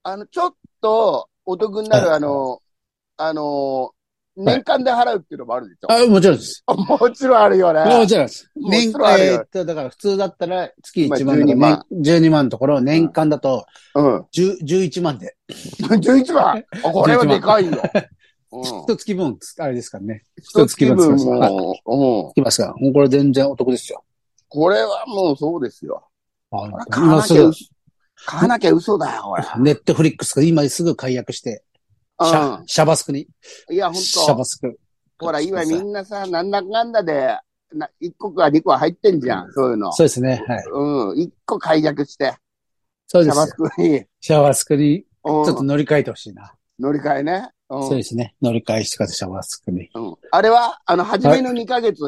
Speaker 2: あの、ちょっとお得になる、
Speaker 1: はい
Speaker 2: あの、あの、年間で払うっていうのもあるでしょ、
Speaker 1: あ、もちろんです。
Speaker 2: あもちろんあるよね。
Speaker 1: もちろんです。
Speaker 2: も
Speaker 1: 年
Speaker 2: ちろんあ
Speaker 1: 間、
Speaker 2: るよ
Speaker 1: えーっと、だから普通だったら月1万と
Speaker 2: まあ
Speaker 1: か、ね、12万のところ、年間だと
Speaker 2: うん。
Speaker 1: 10 11万で、
Speaker 2: 11番あこれはでかい よ。うん。
Speaker 1: 一月分、あれですからね。
Speaker 2: 一月分
Speaker 1: 一月分
Speaker 2: も、うん。
Speaker 1: いきますから、もうこれ全然お得ですよ。
Speaker 2: これはもうそうですよ。
Speaker 1: あの
Speaker 2: 買わ
Speaker 1: 今
Speaker 2: な
Speaker 1: す
Speaker 2: きゃ
Speaker 1: ぐ、
Speaker 2: 嘘、買わなきゃ嘘だよ、こ れ。
Speaker 1: ネットフリックスから今すぐ解約して、シャ
Speaker 2: う
Speaker 1: シャバスクに。
Speaker 2: ん。いや、ほん
Speaker 1: シャ
Speaker 2: と。
Speaker 1: バスク。
Speaker 2: ほら、今みんなさ、なんだかんだで、な1個か2個入ってんじゃん、そういうの。
Speaker 1: そうですね。はい。
Speaker 2: うん。1個解約して、
Speaker 1: そう
Speaker 2: シ
Speaker 1: で
Speaker 2: ャ
Speaker 1: す
Speaker 2: バス。クに、うん、
Speaker 1: シャバスクに、ちょっと乗り換えてほしいな。
Speaker 2: 乗り換えね。うん
Speaker 1: そうですね。乗り換えしてからシャバスクに。
Speaker 2: うんあれは、あの、初めの2ヶ月、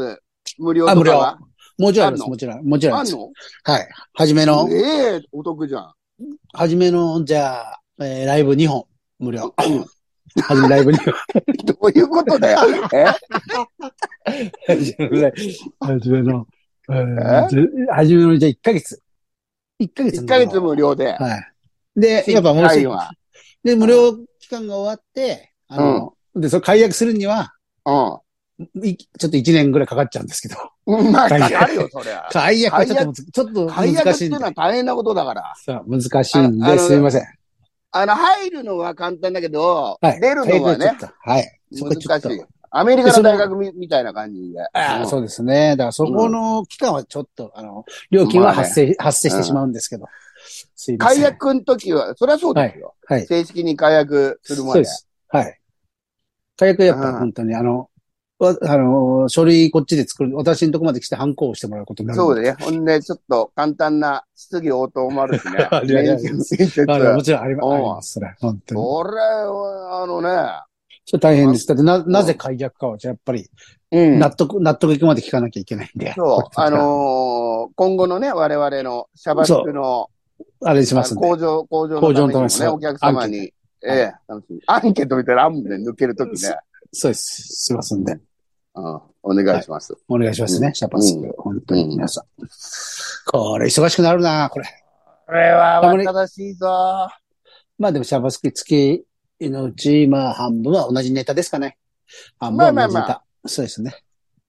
Speaker 2: 無料
Speaker 1: あ
Speaker 2: と
Speaker 1: 無
Speaker 2: か
Speaker 1: 料
Speaker 2: は
Speaker 1: もちろんありま
Speaker 2: あん
Speaker 1: す。
Speaker 2: の
Speaker 1: もちろん。もちろん
Speaker 2: あ
Speaker 1: で
Speaker 2: ん
Speaker 1: す。
Speaker 2: の
Speaker 1: はい。はじめの、
Speaker 2: ええお得じゃん。
Speaker 1: はじめの、じゃあ、えーライブ2本、無料。 はじめライブ2本。
Speaker 2: どういうこ とだよ。え
Speaker 1: はじめのライブ、はじめの、えーずはじめの、じゃあ1ヶ月。1ヶ月
Speaker 2: ?1 ヶ月無料で。
Speaker 1: はい。で、やっぱ面白い
Speaker 2: 一回。は
Speaker 1: で、無料期間が終わって、あの、で、それ解約するには、いちょっと1年ぐらいかかっちゃうんですけど。
Speaker 2: うん。まあ、か
Speaker 1: 解約
Speaker 2: かるよ、そ りゃ。
Speaker 1: 解約はちょっとむず、ちょっと
Speaker 2: 解約
Speaker 1: 難
Speaker 2: っ
Speaker 1: して
Speaker 2: い
Speaker 1: いん
Speaker 2: うの
Speaker 1: で
Speaker 2: は。大変なことだから。
Speaker 1: さあ、難しいん
Speaker 2: あ
Speaker 1: で、
Speaker 2: あの
Speaker 1: すみません。
Speaker 2: あの、入るのは簡単だけど、
Speaker 1: はい。
Speaker 2: 出るのは
Speaker 1: 解約
Speaker 2: ね、
Speaker 1: ちょっとはい。そこちょっ
Speaker 2: 難
Speaker 1: と
Speaker 2: しい。アメリカの大学みみたいな感じで。
Speaker 1: あ
Speaker 2: う
Speaker 1: あ、
Speaker 2: ん
Speaker 1: そうですね。だからそこの期間はちょっと、あの、料金は発生、発生してしまうんですけど。すいませ
Speaker 2: 解
Speaker 1: ん。
Speaker 2: 約の時は、そりゃそうですよ。
Speaker 1: はい。
Speaker 2: 正式に解約する
Speaker 1: そ
Speaker 2: ま
Speaker 1: う
Speaker 2: で。
Speaker 1: です。はい。解約はやっぱ
Speaker 2: うん
Speaker 1: 本当に、あの、わあの、書類こっちで作る、私のとこまで来て反抗をしてもらうことになるん。
Speaker 2: そうね。ほんで、ちょっと簡単な質疑応答もあるしね
Speaker 1: 。ありがとうございます
Speaker 2: 面接
Speaker 1: あのもちろんあり
Speaker 2: うん
Speaker 1: まあります。それは本当に。
Speaker 2: これは、あのね、
Speaker 1: ちょっと大変です。だってな、なぜ解約かは、じゃあやっぱり、
Speaker 2: うん
Speaker 1: 納得、納得いくまで聞かなきゃいけないんで。
Speaker 2: そう、あ、のー今後のね、我々のシャバスクの
Speaker 1: あれしますんで。
Speaker 2: 工場、工場の
Speaker 1: 向上のた
Speaker 2: た
Speaker 1: めに
Speaker 2: めにもね、お客様に、え
Speaker 1: ンケート
Speaker 2: え、楽しみ。アンケートみたいなのあんもんね、抜けるときね、
Speaker 1: そうです。しますんで。
Speaker 2: うん。お願いします。
Speaker 1: お願いします
Speaker 2: う
Speaker 1: ね、シャパス
Speaker 2: うん
Speaker 1: ク。本当に皆さん。これ、忙しくなるなこれ。
Speaker 2: これは
Speaker 1: 慌た
Speaker 2: 正しいぞ。
Speaker 1: まあでも、シャパスク月のうち、まあ半分は同じネタですかね。半分は同じネタ。
Speaker 2: まあまあま
Speaker 1: そうですね。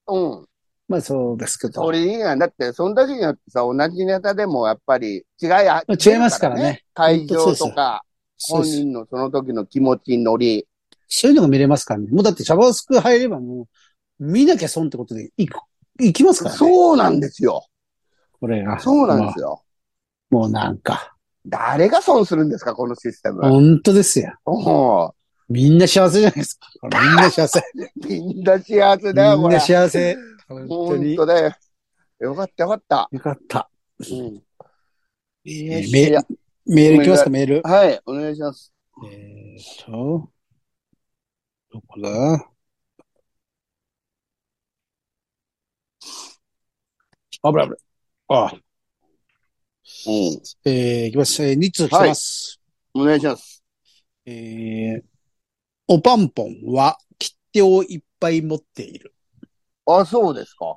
Speaker 2: うん。
Speaker 1: まあそうですけど。
Speaker 2: それいいな。だって、その時によってさ、同じネタでもやっぱり違いあ、
Speaker 1: 違いますからね。
Speaker 2: 会
Speaker 1: 本当そう
Speaker 2: 場
Speaker 1: です
Speaker 2: と
Speaker 1: よ
Speaker 2: か、
Speaker 1: そう
Speaker 2: 本
Speaker 1: です
Speaker 2: 人のその時の気持ち、ノリ。
Speaker 1: そういうのが見れますからね。もうだって、シャパスク入ればもう、見なきゃ損ってことで、いく、いきますからね。
Speaker 2: そうなんですよ。
Speaker 1: これが。
Speaker 2: そうなんです
Speaker 1: まあ
Speaker 2: よ。
Speaker 1: もうなんか。
Speaker 2: 誰が損するんですか、このシステム。
Speaker 1: 本当ですよ。
Speaker 2: おう
Speaker 1: みんな幸せじゃないですか。これみんな幸せ。
Speaker 2: みんな幸せ
Speaker 1: み
Speaker 2: だよ、こ
Speaker 1: ん
Speaker 2: れ
Speaker 1: な。幸せ。本当
Speaker 2: 本
Speaker 1: に。
Speaker 2: 当だよ。よかった、よかった。
Speaker 1: よかった。
Speaker 2: うん
Speaker 1: えーメール、メールいきますか、メール。
Speaker 2: はい、お願いします。
Speaker 1: えーっと、どこだあぶらぶら。あ
Speaker 2: うん。
Speaker 1: えー、いきます。えー、2通来てます。
Speaker 2: お願いします。
Speaker 1: えー、おパンポンは切手をいっぱい持っている。
Speaker 2: あ、そうですか。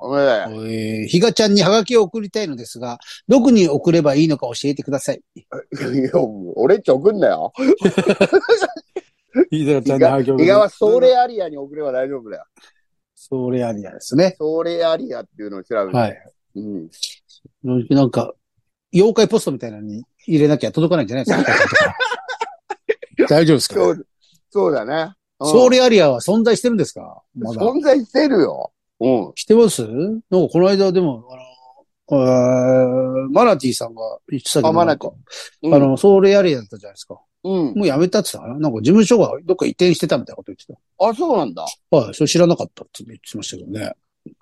Speaker 2: ええ
Speaker 1: えー、ひがちゃんにハガキを送りたいのですが、どこに送ればいいのか教えてください。
Speaker 2: いや、もう俺っち送んなよ。
Speaker 1: ひが
Speaker 2: 伊賀はソーレアリアに送れば大丈夫だよ。
Speaker 1: それありやですね。
Speaker 2: ソーレアリアっていうのを調べて。
Speaker 1: はい。
Speaker 2: うん。
Speaker 1: なんか、妖怪ポストみたいなのに入れなきゃ届かないんじゃないです か大丈夫ですか
Speaker 2: そう、そうだね。うん
Speaker 1: ソーレアリアは存在してるんですかまだ。
Speaker 2: 存在してるよ。うん。
Speaker 1: してますなんかこの間でも、あの、えーマナティさんが言ってたけど、
Speaker 2: あマナティ
Speaker 1: なんかあの、ソーレアリアだったじゃないですか。
Speaker 2: うん。
Speaker 1: もうやめたって言ってたかななんか事務所がどっか移転してたみたいなこと言ってた。
Speaker 2: あ、そうなんだ。
Speaker 1: はい、それ知らなかったって言ってましたけどね。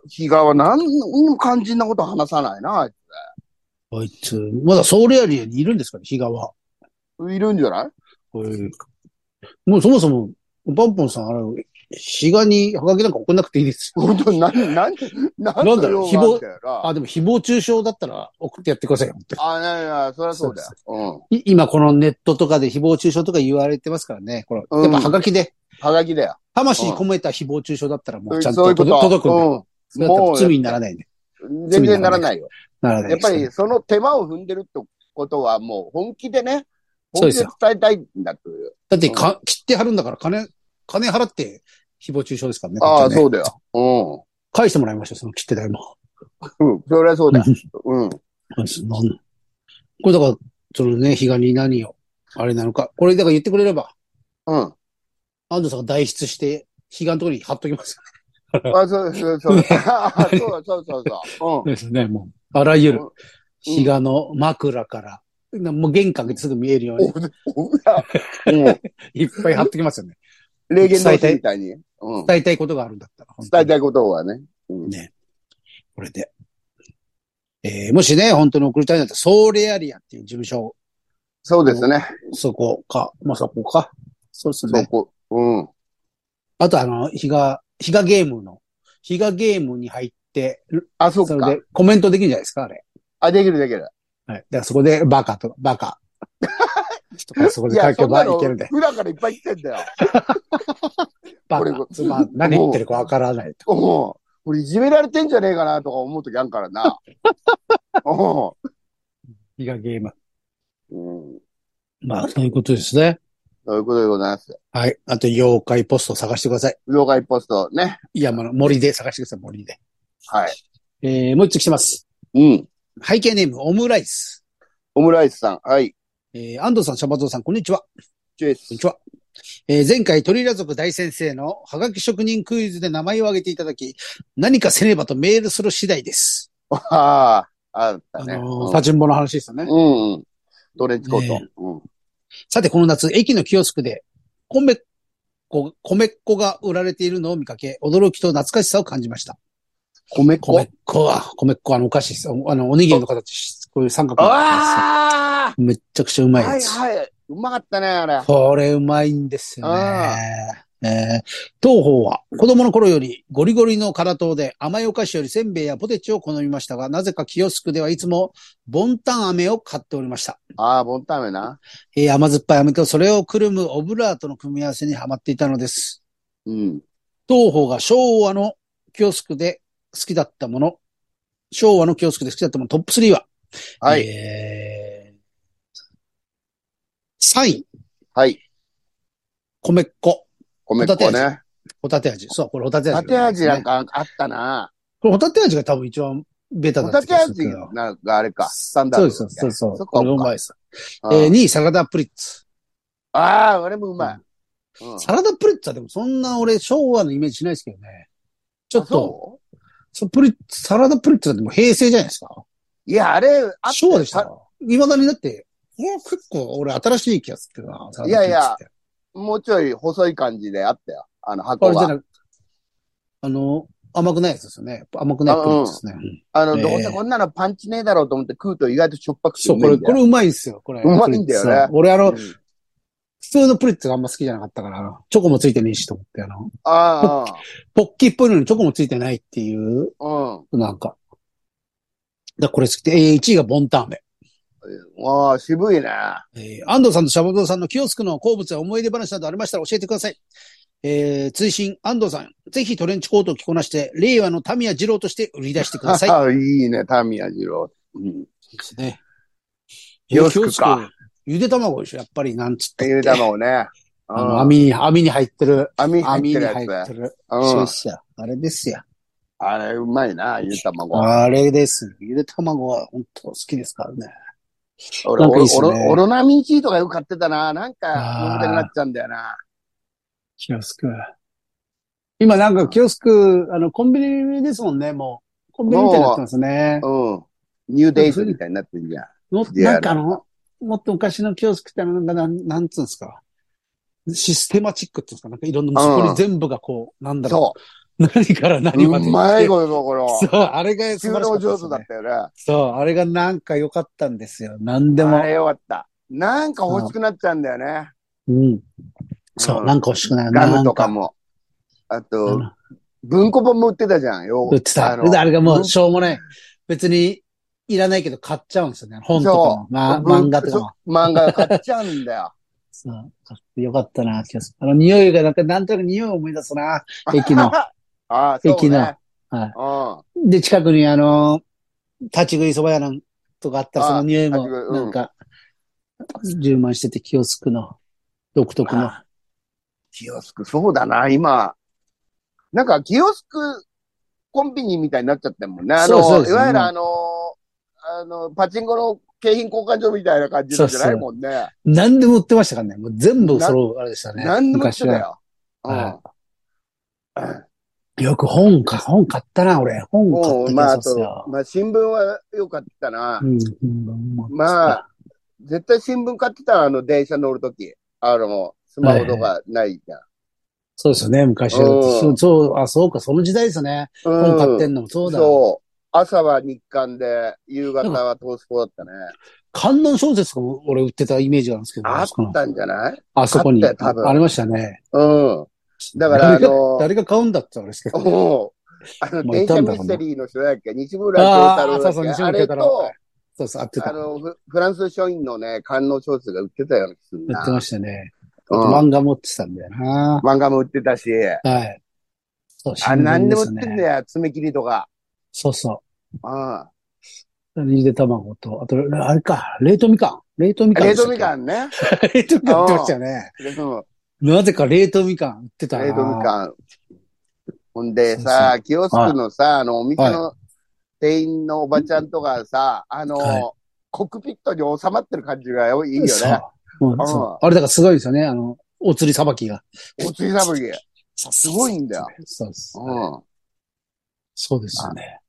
Speaker 2: 比嘉は何も肝心なこと話さないな。
Speaker 1: あいつ、まだソウルエリアにいるんですかね、比嘉は。
Speaker 2: いるんじゃない
Speaker 1: もうそもそも、バンポンさん、あれ、比嘉にハガキなんか送んなくていいですよ。
Speaker 2: 本当に何、何、何
Speaker 1: なんだ
Speaker 2: の
Speaker 1: ろう
Speaker 2: 用があったよな。
Speaker 1: あ、でも誹謗中傷だったら送ってやってくださいよ。本当に
Speaker 2: あ、なになに、そりゃそうだよ。うん。
Speaker 1: い今このネットとかで誹謗中傷とか言われてますからね。これ、
Speaker 2: うん
Speaker 1: やっぱハガキで、
Speaker 2: はがきだよ。
Speaker 1: 魂込めた誹謗中傷だったらもうちゃん
Speaker 2: そうい
Speaker 1: と
Speaker 2: うこ
Speaker 1: 届
Speaker 2: と。
Speaker 1: 届くんで。それだった
Speaker 2: もう
Speaker 1: ら罪にならないね。
Speaker 2: うん。全然ならないよ。
Speaker 1: ならない
Speaker 2: やっ
Speaker 1: です
Speaker 2: ぱ
Speaker 1: ね。
Speaker 2: り、その手間を踏んでるってことは、もう本気でね、
Speaker 1: そうで
Speaker 2: 本
Speaker 1: す
Speaker 2: 気で
Speaker 1: よ
Speaker 2: 伝えたいんだという。
Speaker 1: だってか、切ってはるんだから金、金払って誹謗中傷ですからね。
Speaker 2: ああ、
Speaker 1: う。
Speaker 2: そうだよ。
Speaker 1: 返してもらいましたよ、その切手代も。
Speaker 2: うん。うん。そりゃそうだ。う
Speaker 1: なん
Speaker 2: ん。
Speaker 1: だこれだから、そのね、比嘉に何を、あれなのか。これだから言ってくれれば、
Speaker 2: うん。
Speaker 1: 安藤さんが代筆して、比嘉のところに貼っときます。
Speaker 2: あ、そうそうそう。あそうそうそうそう。うん。
Speaker 1: ですね、もう。あらゆる
Speaker 2: うん、
Speaker 1: 比嘉の枕から、なもう玄関ですぐ見えるように、
Speaker 2: お裏、うん。
Speaker 1: いっぱい貼っときますよね。
Speaker 2: 霊言同士みたいに。うん。
Speaker 1: 伝えたいことがあるんだったら。本当
Speaker 2: 伝
Speaker 1: に
Speaker 2: えたいことはね。うん。
Speaker 1: これで。えー、もしね、本当に送りたいんだったら、ソーレアリアっていう事務所を、
Speaker 2: そうですね。
Speaker 1: そこか、まあ、そこか。そうです
Speaker 2: そ
Speaker 1: ね。
Speaker 2: こ。うん。
Speaker 1: あと、あの、比嘉、比嘉ゲームの、比嘉ゲームに入って、
Speaker 2: あ、そっ
Speaker 1: そ
Speaker 2: か
Speaker 1: れ。でコメントできるんじゃないですか、あれ。
Speaker 2: あ、できるできる。
Speaker 1: はい。だからそこで、バカと、バ カ。とかそこ
Speaker 2: い
Speaker 1: で
Speaker 2: や、
Speaker 1: 書け
Speaker 2: そんな
Speaker 1: ば
Speaker 2: の
Speaker 1: いけるんで、
Speaker 2: 裏からいっぱい来てんだよ。
Speaker 1: バカ
Speaker 2: 俺も、
Speaker 1: つまん何言ってるかわからないと。
Speaker 2: うん。俺いじめられてんじゃねえかなとか思うときあんから な。
Speaker 1: 比嘉ゲーム。
Speaker 2: うん。うん。
Speaker 1: まあ、そういうことですね。
Speaker 2: そういうことでございます。
Speaker 1: はい。あと、妖怪ポストを探してください。
Speaker 2: 了解ポストね。
Speaker 1: 山の森で探してください、森で。
Speaker 2: はい。
Speaker 1: えー、もう一つ来てます。
Speaker 2: うん。
Speaker 1: 背景ネーム、オムライス。
Speaker 2: オムライスさん。はい。
Speaker 1: えー、安藤さん、シャバゾウさん、こんにちは。
Speaker 2: チュエ
Speaker 1: こんに
Speaker 2: ス。
Speaker 1: ちは。えー前回、トリラ族大先生のハガキ職人クイズで名前を挙げていただき、何かせねばとメールする次第です。
Speaker 2: ああ、あった
Speaker 1: あ
Speaker 2: ね。
Speaker 1: のーパチンボの話ですよね。
Speaker 2: うんうん。トレンチコート
Speaker 1: ね。
Speaker 2: うん。
Speaker 1: さて、この夏、駅のキオスクで、米、こ米っ子が売られているのを見かけ、驚きと懐かしさを感じました。
Speaker 2: 米粉
Speaker 1: 米。っ子は、米っ子はあのお菓子です。おあの、おにぎりの形、こういう三角のや
Speaker 2: あ
Speaker 1: つめっちゃくちゃうま
Speaker 2: あ
Speaker 1: い
Speaker 2: は
Speaker 1: や
Speaker 2: い
Speaker 1: つ。
Speaker 2: はい。うまかったね、あれ。
Speaker 1: これうまいんですよね。えー当方は子供の頃よりゴリゴリの辛党で甘いお菓子よりせんべいやポテチを好みましたが、なぜかキオスクではいつもボンタン飴を買っておりました。
Speaker 2: ああ、ボンタンメな。
Speaker 1: えー甘酸っぱい飴とそれをくるむオブラートの組み合わせにはまっていたのです。
Speaker 2: うん。
Speaker 1: 当方が昭和のキオスクで好きだったもの、昭和のキオスクで好きだったものトップ3は、
Speaker 2: はい。
Speaker 1: えー、3位、
Speaker 2: はい。
Speaker 1: 米っこ、
Speaker 2: 米
Speaker 1: ホ
Speaker 2: 粉
Speaker 1: タ
Speaker 2: ね。
Speaker 1: ホタテ味。そう、これホタテ味。
Speaker 2: ホタテ味なんかあったな。
Speaker 1: これホタテ味が多分一番ベタだ
Speaker 2: ホタ
Speaker 1: った気
Speaker 2: テ
Speaker 1: がする
Speaker 2: 味
Speaker 1: けど。
Speaker 2: なんかあれか。スタンダー
Speaker 1: そう
Speaker 2: ド
Speaker 1: です
Speaker 2: だっ、け。
Speaker 1: そうそう。
Speaker 2: そっか
Speaker 1: これうまいです。え
Speaker 2: うん
Speaker 1: ー、2位、サラダプリッツ。
Speaker 2: ああ、あれもうまい。うん
Speaker 1: サラダプリッツはでもそんな俺昭和のイメージしないですけどね。ちょっ
Speaker 2: あ
Speaker 1: と、
Speaker 2: そ
Speaker 1: そうプリッツ、サラダプリッツはでも平成じゃないですか。
Speaker 2: ういや、あれ、あ
Speaker 1: 昭和でした
Speaker 2: さ
Speaker 1: か。未だにだって、これは結構俺新しい気がするけどな、サラダプリッツって。
Speaker 2: いやいやもうちょい細い感じであったよ。あの
Speaker 1: あ
Speaker 2: 箱
Speaker 1: れじゃ
Speaker 2: が。
Speaker 1: なく、あの、甘くないやつですよね。甘くないプリッツですね。うん
Speaker 2: あの、どう
Speaker 1: え
Speaker 2: せ
Speaker 1: え
Speaker 2: こんなのパンチねえだろうと思って食うと意外としょっぱくて
Speaker 1: そうう、
Speaker 2: ま
Speaker 1: こ
Speaker 2: い
Speaker 1: れ、
Speaker 2: ん
Speaker 1: こ
Speaker 2: だよ。
Speaker 1: れうまいんですよ、これ。
Speaker 2: うまいんだよね
Speaker 1: プリッツは俺あの、
Speaker 2: うん
Speaker 1: 普通のプリッツがあんま好きじゃなかったから、あのチョコもついてねえしと思って、あの、
Speaker 2: あ
Speaker 1: ポッキーっぽいのにチョコもついてないっていう、
Speaker 2: あ、うん。
Speaker 1: なんか。だからこれ好きで、えー、1位がボンタン飴。
Speaker 2: わあ、渋いね。
Speaker 1: えー、安藤さんとシャバゾウさんのキオスクの好物や思い出話などありましたら教えてください。えー、追伸安藤さん、ぜひトレンチコートを着こなして、令和の民谷二郎として売り出してください。
Speaker 2: い。いいね、タミヤ二郎。うん。
Speaker 1: ですね。
Speaker 2: キオスクか
Speaker 1: キオスク。ゆで卵でしょ、やっぱり、なんつって。
Speaker 2: ゆで卵ね。
Speaker 1: あの、網
Speaker 2: 網。
Speaker 1: に、網に入ってる。
Speaker 2: 網
Speaker 1: 網
Speaker 2: 入っ
Speaker 1: に
Speaker 2: てる
Speaker 1: 入
Speaker 2: や
Speaker 1: って
Speaker 2: つ。
Speaker 1: る。そう
Speaker 2: う
Speaker 1: っ
Speaker 2: ん。
Speaker 1: すよ。あれですよ。
Speaker 2: あれ、うまいな、ゆで卵。
Speaker 1: あれです。ゆで卵は本当好きですからね。
Speaker 2: 俺、
Speaker 1: なんかいいっ
Speaker 2: オ
Speaker 1: すね
Speaker 2: ロオロナミン C とかよく買ってたな。なん
Speaker 1: あー
Speaker 2: か、飲みたくなっちゃうんだよな。
Speaker 1: キオスク。今なんかキオスク、あの、コンビニですもんね、もう。コンビニみたいになってますね。
Speaker 2: うん。ニューデイズみたいになってるじゃん。
Speaker 1: も
Speaker 2: いや
Speaker 1: なんかあの、もっと昔のキオスクってなんか、なんなんつうんですか。システマチックっていうんですか。なんかいろんな、そこに全部がこう、なんだろ。
Speaker 2: そう
Speaker 1: 何から
Speaker 2: う。
Speaker 1: 何ま
Speaker 2: う
Speaker 1: で。
Speaker 2: まいこと、この。
Speaker 1: そう、あれが素
Speaker 2: 収
Speaker 1: 晴らしか
Speaker 2: 納
Speaker 1: ったで
Speaker 2: 上
Speaker 1: す
Speaker 2: 手
Speaker 1: ね
Speaker 2: だったよね。
Speaker 1: そう、あれがなんか良かったんですよ。何で
Speaker 2: あ
Speaker 1: も。
Speaker 2: れよかった。なんか欲しくなっちゃうんだよね。
Speaker 1: うん。そう、
Speaker 2: うん
Speaker 1: なんか欲しくない。
Speaker 2: ガムとか
Speaker 1: も。
Speaker 2: も。あ
Speaker 1: あ
Speaker 2: と、
Speaker 1: の
Speaker 2: 文庫本も売ってたじゃん、よ
Speaker 1: 売ってた。
Speaker 2: あの
Speaker 1: あれがも
Speaker 2: う
Speaker 1: う、
Speaker 2: ん
Speaker 1: しょうもない。別に、いらないけど買っちゃうんですよね。本とかも、まあ、
Speaker 2: 文
Speaker 1: 漫画とかも。
Speaker 2: そう漫画買っちゃうんだよ。
Speaker 1: そう。買ってよかったな、気がする。あの、匂いが、なんか、なんとなく匂いを思い出す な、駅の。
Speaker 2: ああ、そうね。
Speaker 1: 駅のは
Speaker 2: うん。
Speaker 1: で、近くに、あの、立ち食い蕎麦屋なんとかあったら、
Speaker 2: あ
Speaker 1: その匂いも、
Speaker 2: 立ち食いうん
Speaker 1: なんか、充満してて、気をつくの。独特の。
Speaker 2: あ気をつく。そうだな、今、なんか、キオスクコンビニみたいになっちゃってんもんね。あ
Speaker 1: そうそう
Speaker 2: の、
Speaker 1: です
Speaker 2: い
Speaker 1: ね
Speaker 2: わゆるあの、あの、パチンコの景品交換所みたいな感じなんじゃないもんね。
Speaker 1: 何でも売ってましたからね。もう全部、その、あれでしたね。
Speaker 2: 何でも一緒だ
Speaker 1: 昔は。
Speaker 2: よ。う
Speaker 1: は
Speaker 2: ん。
Speaker 1: よく本か、本買ったな、俺。本買
Speaker 2: も
Speaker 1: っ
Speaker 2: う、
Speaker 1: た
Speaker 2: まあ、あ
Speaker 1: 気がします
Speaker 2: と
Speaker 1: よ、。
Speaker 2: まあ、新聞は良かったな。
Speaker 1: うん、うんま
Speaker 2: まあ、絶対新聞買ってたのあの、電車乗るとき。あの、スマホとかないじゃん。
Speaker 1: そうですよね、昔は
Speaker 2: うん
Speaker 1: そう、そう、あ、そうか、その時代ですよね。本買ってんのもそうだ。
Speaker 2: そう。朝は日刊で、夕方は東スポだったね。
Speaker 1: 観音小説も俺売ってたイメージがあるんですけど、
Speaker 2: あ
Speaker 1: そこ
Speaker 2: っ
Speaker 1: の
Speaker 2: たんじゃない
Speaker 1: あそこに。
Speaker 2: あったよ多分
Speaker 1: ありましたね。
Speaker 2: うん。だから、あ
Speaker 1: 誰が、
Speaker 2: の、
Speaker 1: 誰が買うんだって言ったんですけど。
Speaker 2: もう、あの、
Speaker 1: もう
Speaker 2: 電
Speaker 1: いた
Speaker 2: 車
Speaker 1: んだろ
Speaker 2: ミ
Speaker 1: うな
Speaker 2: ステリーの人だっけ西村
Speaker 1: あ
Speaker 2: 京
Speaker 1: あ、
Speaker 2: 太
Speaker 1: そうそう、
Speaker 2: 郎だっ
Speaker 1: 西
Speaker 2: けあ
Speaker 1: 村京
Speaker 2: れ
Speaker 1: 太郎
Speaker 2: と、。
Speaker 1: そうそう、合ってた。
Speaker 2: あ
Speaker 1: 売
Speaker 2: の、フフランス書院のね、観音小説が売ってたような気する
Speaker 1: って
Speaker 2: な。
Speaker 1: ましたね。
Speaker 2: うん。
Speaker 1: 漫画持ってたんだよな。
Speaker 2: 漫画も売ってたし、
Speaker 1: はい。そう、
Speaker 2: あ、何でも売っ
Speaker 1: す
Speaker 2: てん
Speaker 1: ね。
Speaker 2: だよ、爪切りとか。
Speaker 1: そうそ
Speaker 2: うん。
Speaker 1: う。ゆで卵と、あと、あれか、冷凍みかん。冷凍みかんで
Speaker 2: 冷
Speaker 1: したっ
Speaker 2: 凍
Speaker 1: け。
Speaker 2: みかんね。
Speaker 1: 冷 凍みかん売ってましたよね。
Speaker 2: うん
Speaker 1: なぜか冷凍みかん売ってたな。
Speaker 2: 冷凍みかん。ほんで
Speaker 1: そう
Speaker 2: さ、清津のさ、あの、お店の店員のおばちゃんとかさ、あ
Speaker 1: はい
Speaker 2: の、コックピットに収まってる感じがいいよ
Speaker 1: そう
Speaker 2: ね。。
Speaker 1: もう
Speaker 2: うん
Speaker 1: そうあれだからすごいですよね。あの、お釣りさばきが。
Speaker 2: お釣りさぶり。
Speaker 1: す
Speaker 2: ごいんだよ。
Speaker 1: そうです。
Speaker 2: うん。
Speaker 1: そうですよね。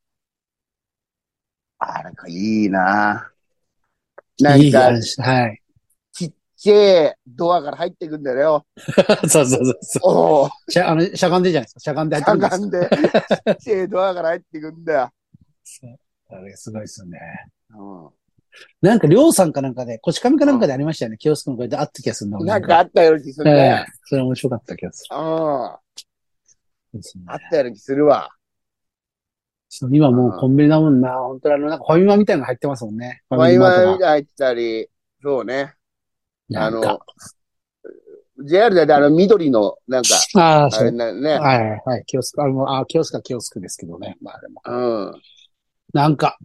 Speaker 2: あれか、いいな。ないん
Speaker 1: い
Speaker 2: か、
Speaker 1: 話。はい。
Speaker 2: ちっちゃいドアから入ってくんだよ。
Speaker 1: そうそうそうそ
Speaker 2: おお、
Speaker 1: う。しゃ、あの、しゃがんでじゃないですか。しゃがんで入って
Speaker 2: か
Speaker 1: くるんで
Speaker 2: が
Speaker 1: す
Speaker 2: んで、ちっちゃいドアから入ってくんだよ。
Speaker 1: そうあれすごいですよね。
Speaker 2: う
Speaker 1: なんか、りょうさんかなんかで、こち亀かなんかでありましたよね。キオスクの声であった気がするの。
Speaker 2: ん。なんかあったような気する
Speaker 1: え
Speaker 2: ね
Speaker 1: え。それ面白かった気がす
Speaker 2: うん。あ
Speaker 1: るですね。
Speaker 2: ったような気するわ。
Speaker 1: そう今もう
Speaker 2: あ
Speaker 1: コンビニだもんな。本当にあの、なんかファミマみたいなの入ってますもんね。フ
Speaker 2: ワイ
Speaker 1: マート
Speaker 2: ワ
Speaker 1: が
Speaker 2: イが入ってたり、そうね。あ
Speaker 1: なんか
Speaker 2: の、JR だってあの緑の、なんか、
Speaker 1: ああ、
Speaker 2: あ
Speaker 1: そ
Speaker 2: れ
Speaker 1: う。
Speaker 2: なね。
Speaker 1: はい、はい、キオスク、あの、あ、キオスクはキオスクですけどね。まあでも。
Speaker 2: うん。うん。
Speaker 1: なんか、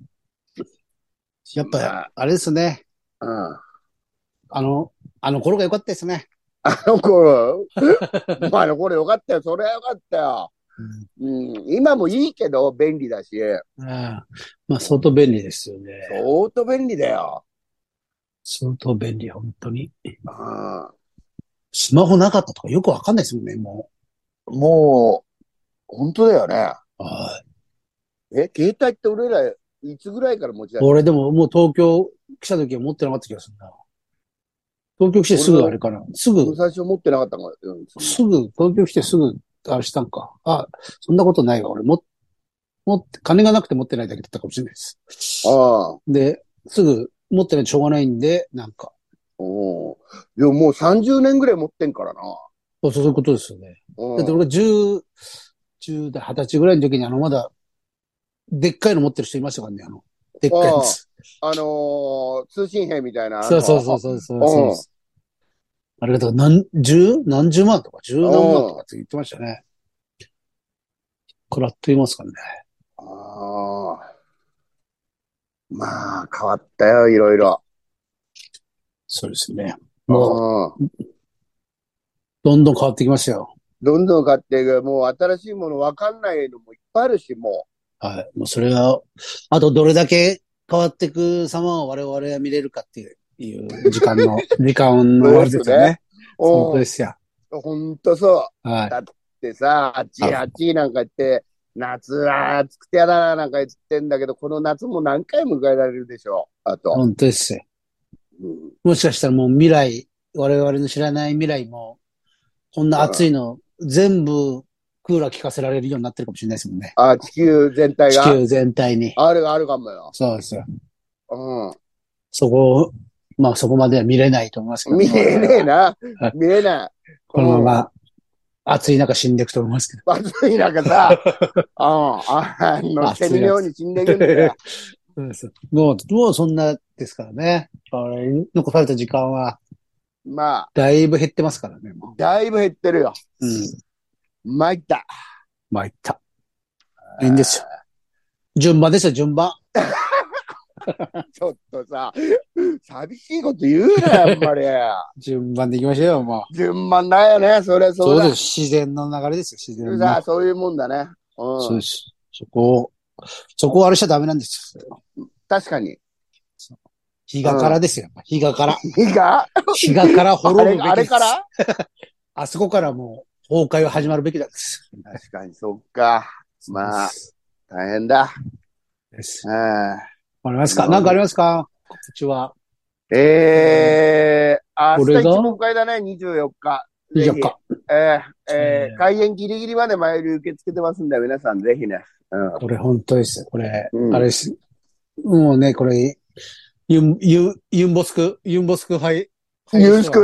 Speaker 1: やっ
Speaker 2: ま
Speaker 1: ぱ
Speaker 2: あ、
Speaker 1: あれですね。
Speaker 2: あ
Speaker 1: あの、あの頃が良かったですね。
Speaker 2: の頃、まああの頃よかったよ。それはよかったよ。うん。今もいいけど、便利だし、
Speaker 1: うん。まあ、相当便利ですよね。
Speaker 2: 相当便利だよ。
Speaker 1: 相当便利、本当に。
Speaker 2: うん。
Speaker 1: スマホなかったとかよくわかんないですもんね、も
Speaker 2: もう、本当だよね。
Speaker 1: う。はい
Speaker 2: え、携帯って俺ら、いつぐらいから持ち出した
Speaker 1: 俺でももう東京来た時は持ってなかった気がするな。東京来てすぐあれかな。すぐ、
Speaker 2: 最初持ってなかったのから。うん
Speaker 1: すぐ、東京来てすぐ、あれしたんか。あ、そんなことないわ。俺も、もって、金がなくて持ってないだけだったかもしれないです。
Speaker 2: ああ。
Speaker 1: で、すぐ持ってないとしょうがないんで、なんか。
Speaker 2: おうでももう30年ぐらい持ってんからな。
Speaker 1: そうそういうことですよね。
Speaker 2: うん
Speaker 1: だって俺が10、10代、20歳ぐらいの時にあの、まだ、でっかいの持ってる人いましたからね、あの。でっかいやつ。
Speaker 2: あのー、通信兵みたい な。
Speaker 1: そうそうそう
Speaker 2: う。
Speaker 1: そうそう
Speaker 2: あ
Speaker 1: そう
Speaker 2: うん
Speaker 1: あれがだから何、十何十万とか、十何万とかって言ってましたね。こらっと言いますからね。
Speaker 2: ああ。まあ、変わったよ、いろいろ。
Speaker 1: そうですね。もう、
Speaker 2: うん。
Speaker 1: どんどん変わってきましたよ。
Speaker 2: どんどん買っていく。もう新しいものわかんないのもいっぱいあるし、も
Speaker 1: はい。もうそれが、あとどれだけ変わっていく様を我々は見れるかっていう、いう時間の、時間の終わりですよね。
Speaker 2: う。
Speaker 1: 本当
Speaker 2: う
Speaker 1: で
Speaker 2: ん。
Speaker 1: すよ。
Speaker 2: ほんとそう。
Speaker 1: はい。
Speaker 2: でさ、あっちいあっちいなんか言って、夏は暑くてやだななんか言ってんだけど、この夏も何回迎えられるでしょう。あと。
Speaker 1: 本当ですよ。
Speaker 2: うん
Speaker 1: もしかしたらもう未来、我々の知らない未来も、こんな暑いの、全部クーラー効かせられるようになってるかもしれないですもんね。
Speaker 2: あ、地球全体
Speaker 1: 地
Speaker 2: が。
Speaker 1: 球全体に。
Speaker 2: ある、あるかもよ。
Speaker 1: そうですよ。
Speaker 2: う
Speaker 1: そこを、まあそこまでは見れないと思いますけど。
Speaker 2: ん。見えねえな
Speaker 1: は。い
Speaker 2: 見えない。
Speaker 1: このまま、暑い中死んでいくと思いますけど。
Speaker 2: バズいなん かさ、うん、あの、
Speaker 1: 暑いや
Speaker 2: セ
Speaker 1: つ
Speaker 2: ミのように死んでいくんだよ。
Speaker 1: そうですよもう、もうそんなですからね。我々残された時間は、
Speaker 2: まあ、
Speaker 1: だいぶ減ってますからね。も
Speaker 2: だいぶ減ってるよ。
Speaker 1: ううん。
Speaker 2: 参った。
Speaker 1: まいった。いいんですよ。順番ですよ、順番。
Speaker 2: ちょっとさ、寂しいこと言うな、や っぱり。
Speaker 1: 順番で行きましょうよ、も
Speaker 2: 順番だよね、それ、
Speaker 1: う。
Speaker 2: そ
Speaker 1: そうう
Speaker 2: だ。
Speaker 1: です。自然の流れですよ、自然
Speaker 2: さ
Speaker 1: の。
Speaker 2: そういうもんだね。
Speaker 1: そう
Speaker 2: う
Speaker 1: で
Speaker 2: ん。
Speaker 1: す。そこを、そこをあれしちゃダメなんですよ。
Speaker 2: 確かに。
Speaker 1: 日がからですよ、やっぱ日がから。
Speaker 2: いいか
Speaker 1: 日がから
Speaker 2: あ
Speaker 1: 滅ぶべき
Speaker 2: れ
Speaker 1: です。
Speaker 2: あれから
Speaker 1: あそこからもう崩壊は始まるべきなんです。
Speaker 2: 確かに、そっか。まあ、大変だ。
Speaker 1: です。
Speaker 2: うん
Speaker 1: わかりますかなんかありますかこっちは。
Speaker 2: えー、明
Speaker 1: これ
Speaker 2: 日
Speaker 1: が
Speaker 2: 一問会だね、24日。ぜひ
Speaker 1: 24日。
Speaker 2: えー、え
Speaker 1: ね
Speaker 2: ー、開演ギリギリまで前売り受け付けてますんで、皆さんぜひね。うん。
Speaker 1: これ本当ですよ。これ、
Speaker 2: うん
Speaker 1: あれです。もうね、これ、ユン、ユン、ユンボスク、ユンボスク杯。
Speaker 2: ユ ースク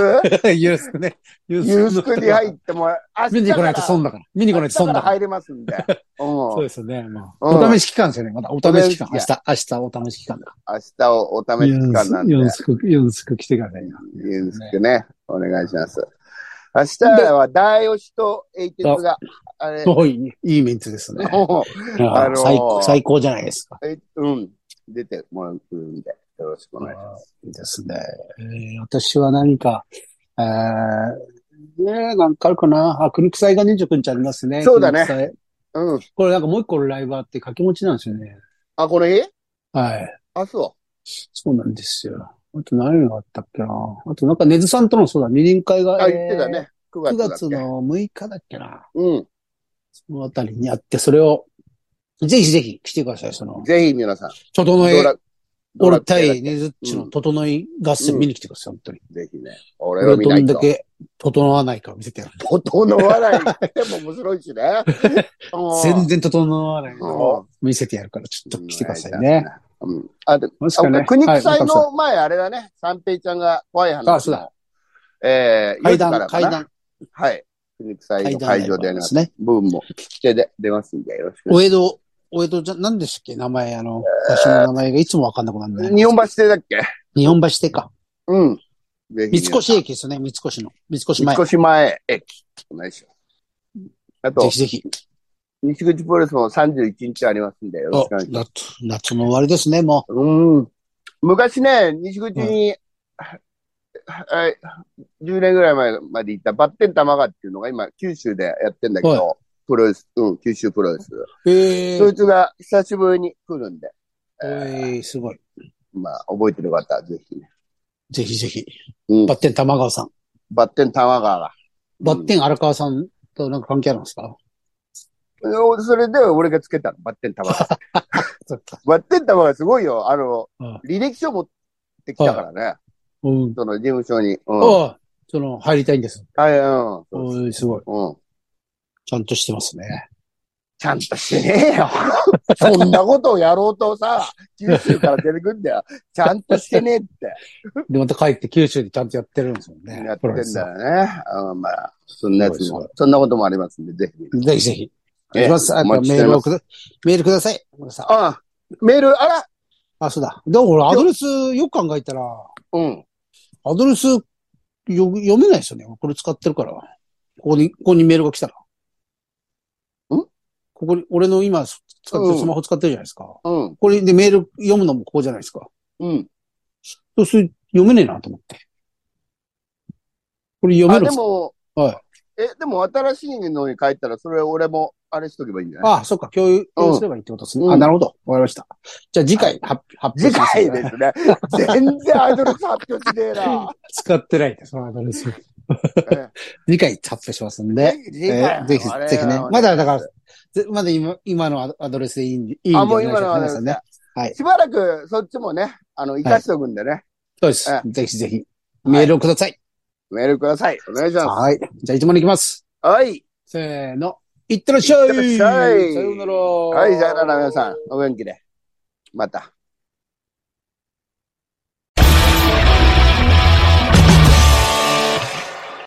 Speaker 1: ユンスクね。ユ
Speaker 2: ユースクに入
Speaker 1: っ
Speaker 2: っても、明日
Speaker 1: 見に来ないと損だ
Speaker 2: だ。
Speaker 1: から。見に来ないと損
Speaker 2: 明日
Speaker 1: だ
Speaker 2: から
Speaker 1: から。
Speaker 2: 入れますんで。うん。
Speaker 1: そう
Speaker 2: 明
Speaker 1: ですよね。まあ、
Speaker 2: うん
Speaker 1: お試し期間ですよね。まだお試し期間。
Speaker 2: お
Speaker 1: 明
Speaker 2: 試し
Speaker 1: 日、明日お試し期間だか
Speaker 2: 日をお
Speaker 1: ら。
Speaker 2: 試
Speaker 1: ユ
Speaker 2: し期
Speaker 1: ン
Speaker 2: 間
Speaker 1: ス
Speaker 2: なん
Speaker 1: ク、
Speaker 2: で。
Speaker 1: ユ
Speaker 2: ユ
Speaker 1: ンスク、ユンスク来てくださいよ。
Speaker 2: ースクね。お願いします。明日は大吉と英鉄が、あれ、
Speaker 1: おい、いいメンツですね。
Speaker 2: もあのー
Speaker 1: 最高最高じゃないですか。
Speaker 2: うえ うん、出てもらうんで、よろしくお願いします。
Speaker 1: いいですね。えー私は何か、えー、ねえなんかあるかな。あ、国臭いが29日ありますね。
Speaker 2: そうだね
Speaker 1: 国臭い
Speaker 2: うん。
Speaker 1: これなんかもう一個ライブあって掛け持ちなんですよね。
Speaker 2: あ、この日
Speaker 1: はい。
Speaker 2: あ、そ
Speaker 1: そうなんですよ。あと何があったっけな。あとなんか根津さんとのそうだ、二輪会が
Speaker 2: う。。あ、言ってた
Speaker 1: えー。
Speaker 2: ね。9
Speaker 1: 9
Speaker 2: 月だっけ。
Speaker 1: 月の6日だっけな。
Speaker 2: うん。
Speaker 1: そのあたりにあって、それを、ぜひぜひ来てください。その、
Speaker 2: ぜひ皆さん、
Speaker 1: 整
Speaker 2: ド
Speaker 1: え
Speaker 2: ラ、、ド
Speaker 1: 俺
Speaker 2: ラクエだ
Speaker 1: 対ネズッチの整い合戦見に来てください。本当に。
Speaker 2: ぜひね、俺
Speaker 1: 俺
Speaker 2: を
Speaker 1: は
Speaker 2: 見
Speaker 1: ど
Speaker 2: ない
Speaker 1: んだ
Speaker 2: と。
Speaker 1: け整わないかを見せてやる。
Speaker 2: 整わない。でも面白いしね。うん
Speaker 1: 全然整わないの
Speaker 2: う
Speaker 1: を
Speaker 2: ん
Speaker 1: 見せてやるから、ちょっと来てくださいね。。
Speaker 2: うん。あ、でも、
Speaker 1: もしかね
Speaker 2: あ国際
Speaker 1: は
Speaker 2: の前、あれだね。三平ちゃんが怖い話。
Speaker 1: あそうだ。
Speaker 2: えー、
Speaker 1: い階
Speaker 2: 4時から
Speaker 1: 段、
Speaker 2: か
Speaker 1: 階
Speaker 2: な。
Speaker 1: 段、
Speaker 2: はい。国際
Speaker 1: 階
Speaker 2: の
Speaker 1: 段
Speaker 2: 会場
Speaker 1: ラ
Speaker 2: でや
Speaker 1: イブなんで
Speaker 2: ります
Speaker 1: す。ね。
Speaker 2: 分も聞き手で出ますんで、よろしくお願
Speaker 1: お江戸、お江戸じゃ、何でしたっけ名前、あの、場所の名前がいつもわかんなくなるん
Speaker 2: い
Speaker 1: だ
Speaker 2: し
Speaker 1: よ
Speaker 2: ます。
Speaker 1: ね。
Speaker 2: 日本橋邸だっけ
Speaker 1: 日本橋でか。
Speaker 2: うん。ぜひ
Speaker 1: 三
Speaker 2: 皆さん
Speaker 1: 越駅ですよね、三越の。三越前。
Speaker 2: 三越前駅。お願いします。あ
Speaker 1: ぜ
Speaker 2: と、
Speaker 1: ひぜひ。
Speaker 2: 西口プロレスも31日ありますんで、よろ
Speaker 1: お
Speaker 2: しくお願いします。
Speaker 1: 夏、夏の終わりですね、も
Speaker 2: うん。昔ね、西口に、はい、10年ぐらい前まで行ったバッテン玉川っていうのが今、九州でやってんだけ
Speaker 1: は
Speaker 2: ど、プロレス、うん、九州プロレス。
Speaker 1: う。ええ
Speaker 2: そいつが久しぶりに来るんで、
Speaker 1: ー、おいすごい。
Speaker 2: まあ、覚えてる方はぜひね。
Speaker 1: ぜひぜひ。
Speaker 2: うん
Speaker 1: バッテン玉川さん。
Speaker 2: バッテン玉川が。
Speaker 1: バッテン荒川さんとなんか関係あるんですか
Speaker 2: うんそれで俺がつけたの、バッテン 玉川。
Speaker 1: そっか。
Speaker 2: バッテン玉川すごいよ。あの
Speaker 1: うん、
Speaker 2: 履歴書持ってきたからね。
Speaker 1: うん。
Speaker 2: その事務所に。うん。はい、
Speaker 1: ああ、その、入りたいんです。
Speaker 2: うんそう
Speaker 1: おいすごい。
Speaker 2: そう。うん。
Speaker 1: ちゃんとしてますね。
Speaker 2: ちゃんとしねえよ。 そんなことをやろうとさ、九州から出てくんだよ。ちゃんとしてねえって。
Speaker 1: で、また帰って九州でちゃんとやってるんですもんね。
Speaker 2: やって
Speaker 1: プ
Speaker 2: ん
Speaker 1: ロレス
Speaker 2: だ
Speaker 1: は
Speaker 2: よね。うん、まあ、そんなやつ
Speaker 1: すごいす
Speaker 2: も、そんなこともありますんで、ぜひ。
Speaker 1: ぜひぜひ。お
Speaker 2: ええ
Speaker 1: 願いします。あと
Speaker 2: お待ちし
Speaker 1: メ
Speaker 2: て
Speaker 1: ー
Speaker 2: おり
Speaker 1: ル
Speaker 2: ま
Speaker 1: を
Speaker 2: す
Speaker 1: くだ、メールください。さあ、
Speaker 2: あ、メール、あら
Speaker 1: あそうだ。でも俺、アドレス、よく考えたら、
Speaker 2: うん。
Speaker 1: アドレス、よ、読めないですよね。これ使ってるから。ここに、ここにメールが来たら。
Speaker 2: ん
Speaker 1: ここに、俺の今、使って
Speaker 2: う
Speaker 1: る、
Speaker 2: ん
Speaker 1: スマホ使ってるじゃないですか。
Speaker 2: うん。
Speaker 1: これでメール読むのもここじゃないですか。
Speaker 2: うん。
Speaker 1: そうする読めねえなと思って。これ読め
Speaker 2: あ、
Speaker 1: るんで
Speaker 2: で
Speaker 1: すか
Speaker 2: も、
Speaker 1: は
Speaker 2: え、でも新しいのに書いたら、それ俺も、あれしとけばいいんじゃない
Speaker 1: ああ、そっか、共有共有すればいいってことですね。
Speaker 2: うん
Speaker 1: あ、なるほど。わかりました。じゃあ次回、発発
Speaker 2: 次
Speaker 1: 表します。
Speaker 2: 回ですね。全然アドレス発表しねえな。
Speaker 1: 使ってないです、そのアドレ ス。
Speaker 2: え
Speaker 1: 次回発表しますんで。
Speaker 2: え
Speaker 1: えーぜひ、ぜひね。まだ、だから、ぜまだ今、今のアドレスでいいんで、いいんで
Speaker 2: あ、
Speaker 1: お
Speaker 2: も
Speaker 1: 願
Speaker 2: う
Speaker 1: いし
Speaker 2: 今の
Speaker 1: ます皆
Speaker 2: はで
Speaker 1: さ
Speaker 2: す
Speaker 1: ん
Speaker 2: ね
Speaker 1: ね。。はい
Speaker 2: しばらく、そっちもね、あの、生かしとくんでね。
Speaker 1: そうです
Speaker 2: え。
Speaker 1: ぜひぜひ、メールをください。
Speaker 2: メールください。お願いしま
Speaker 1: はい。じゃあ、一問いきます。
Speaker 2: す。はい。
Speaker 1: せーの。いってらっしゃい
Speaker 2: いってらっしゃい
Speaker 1: さようなら。
Speaker 2: はい、じゃあなら皆さん、お元気で。また。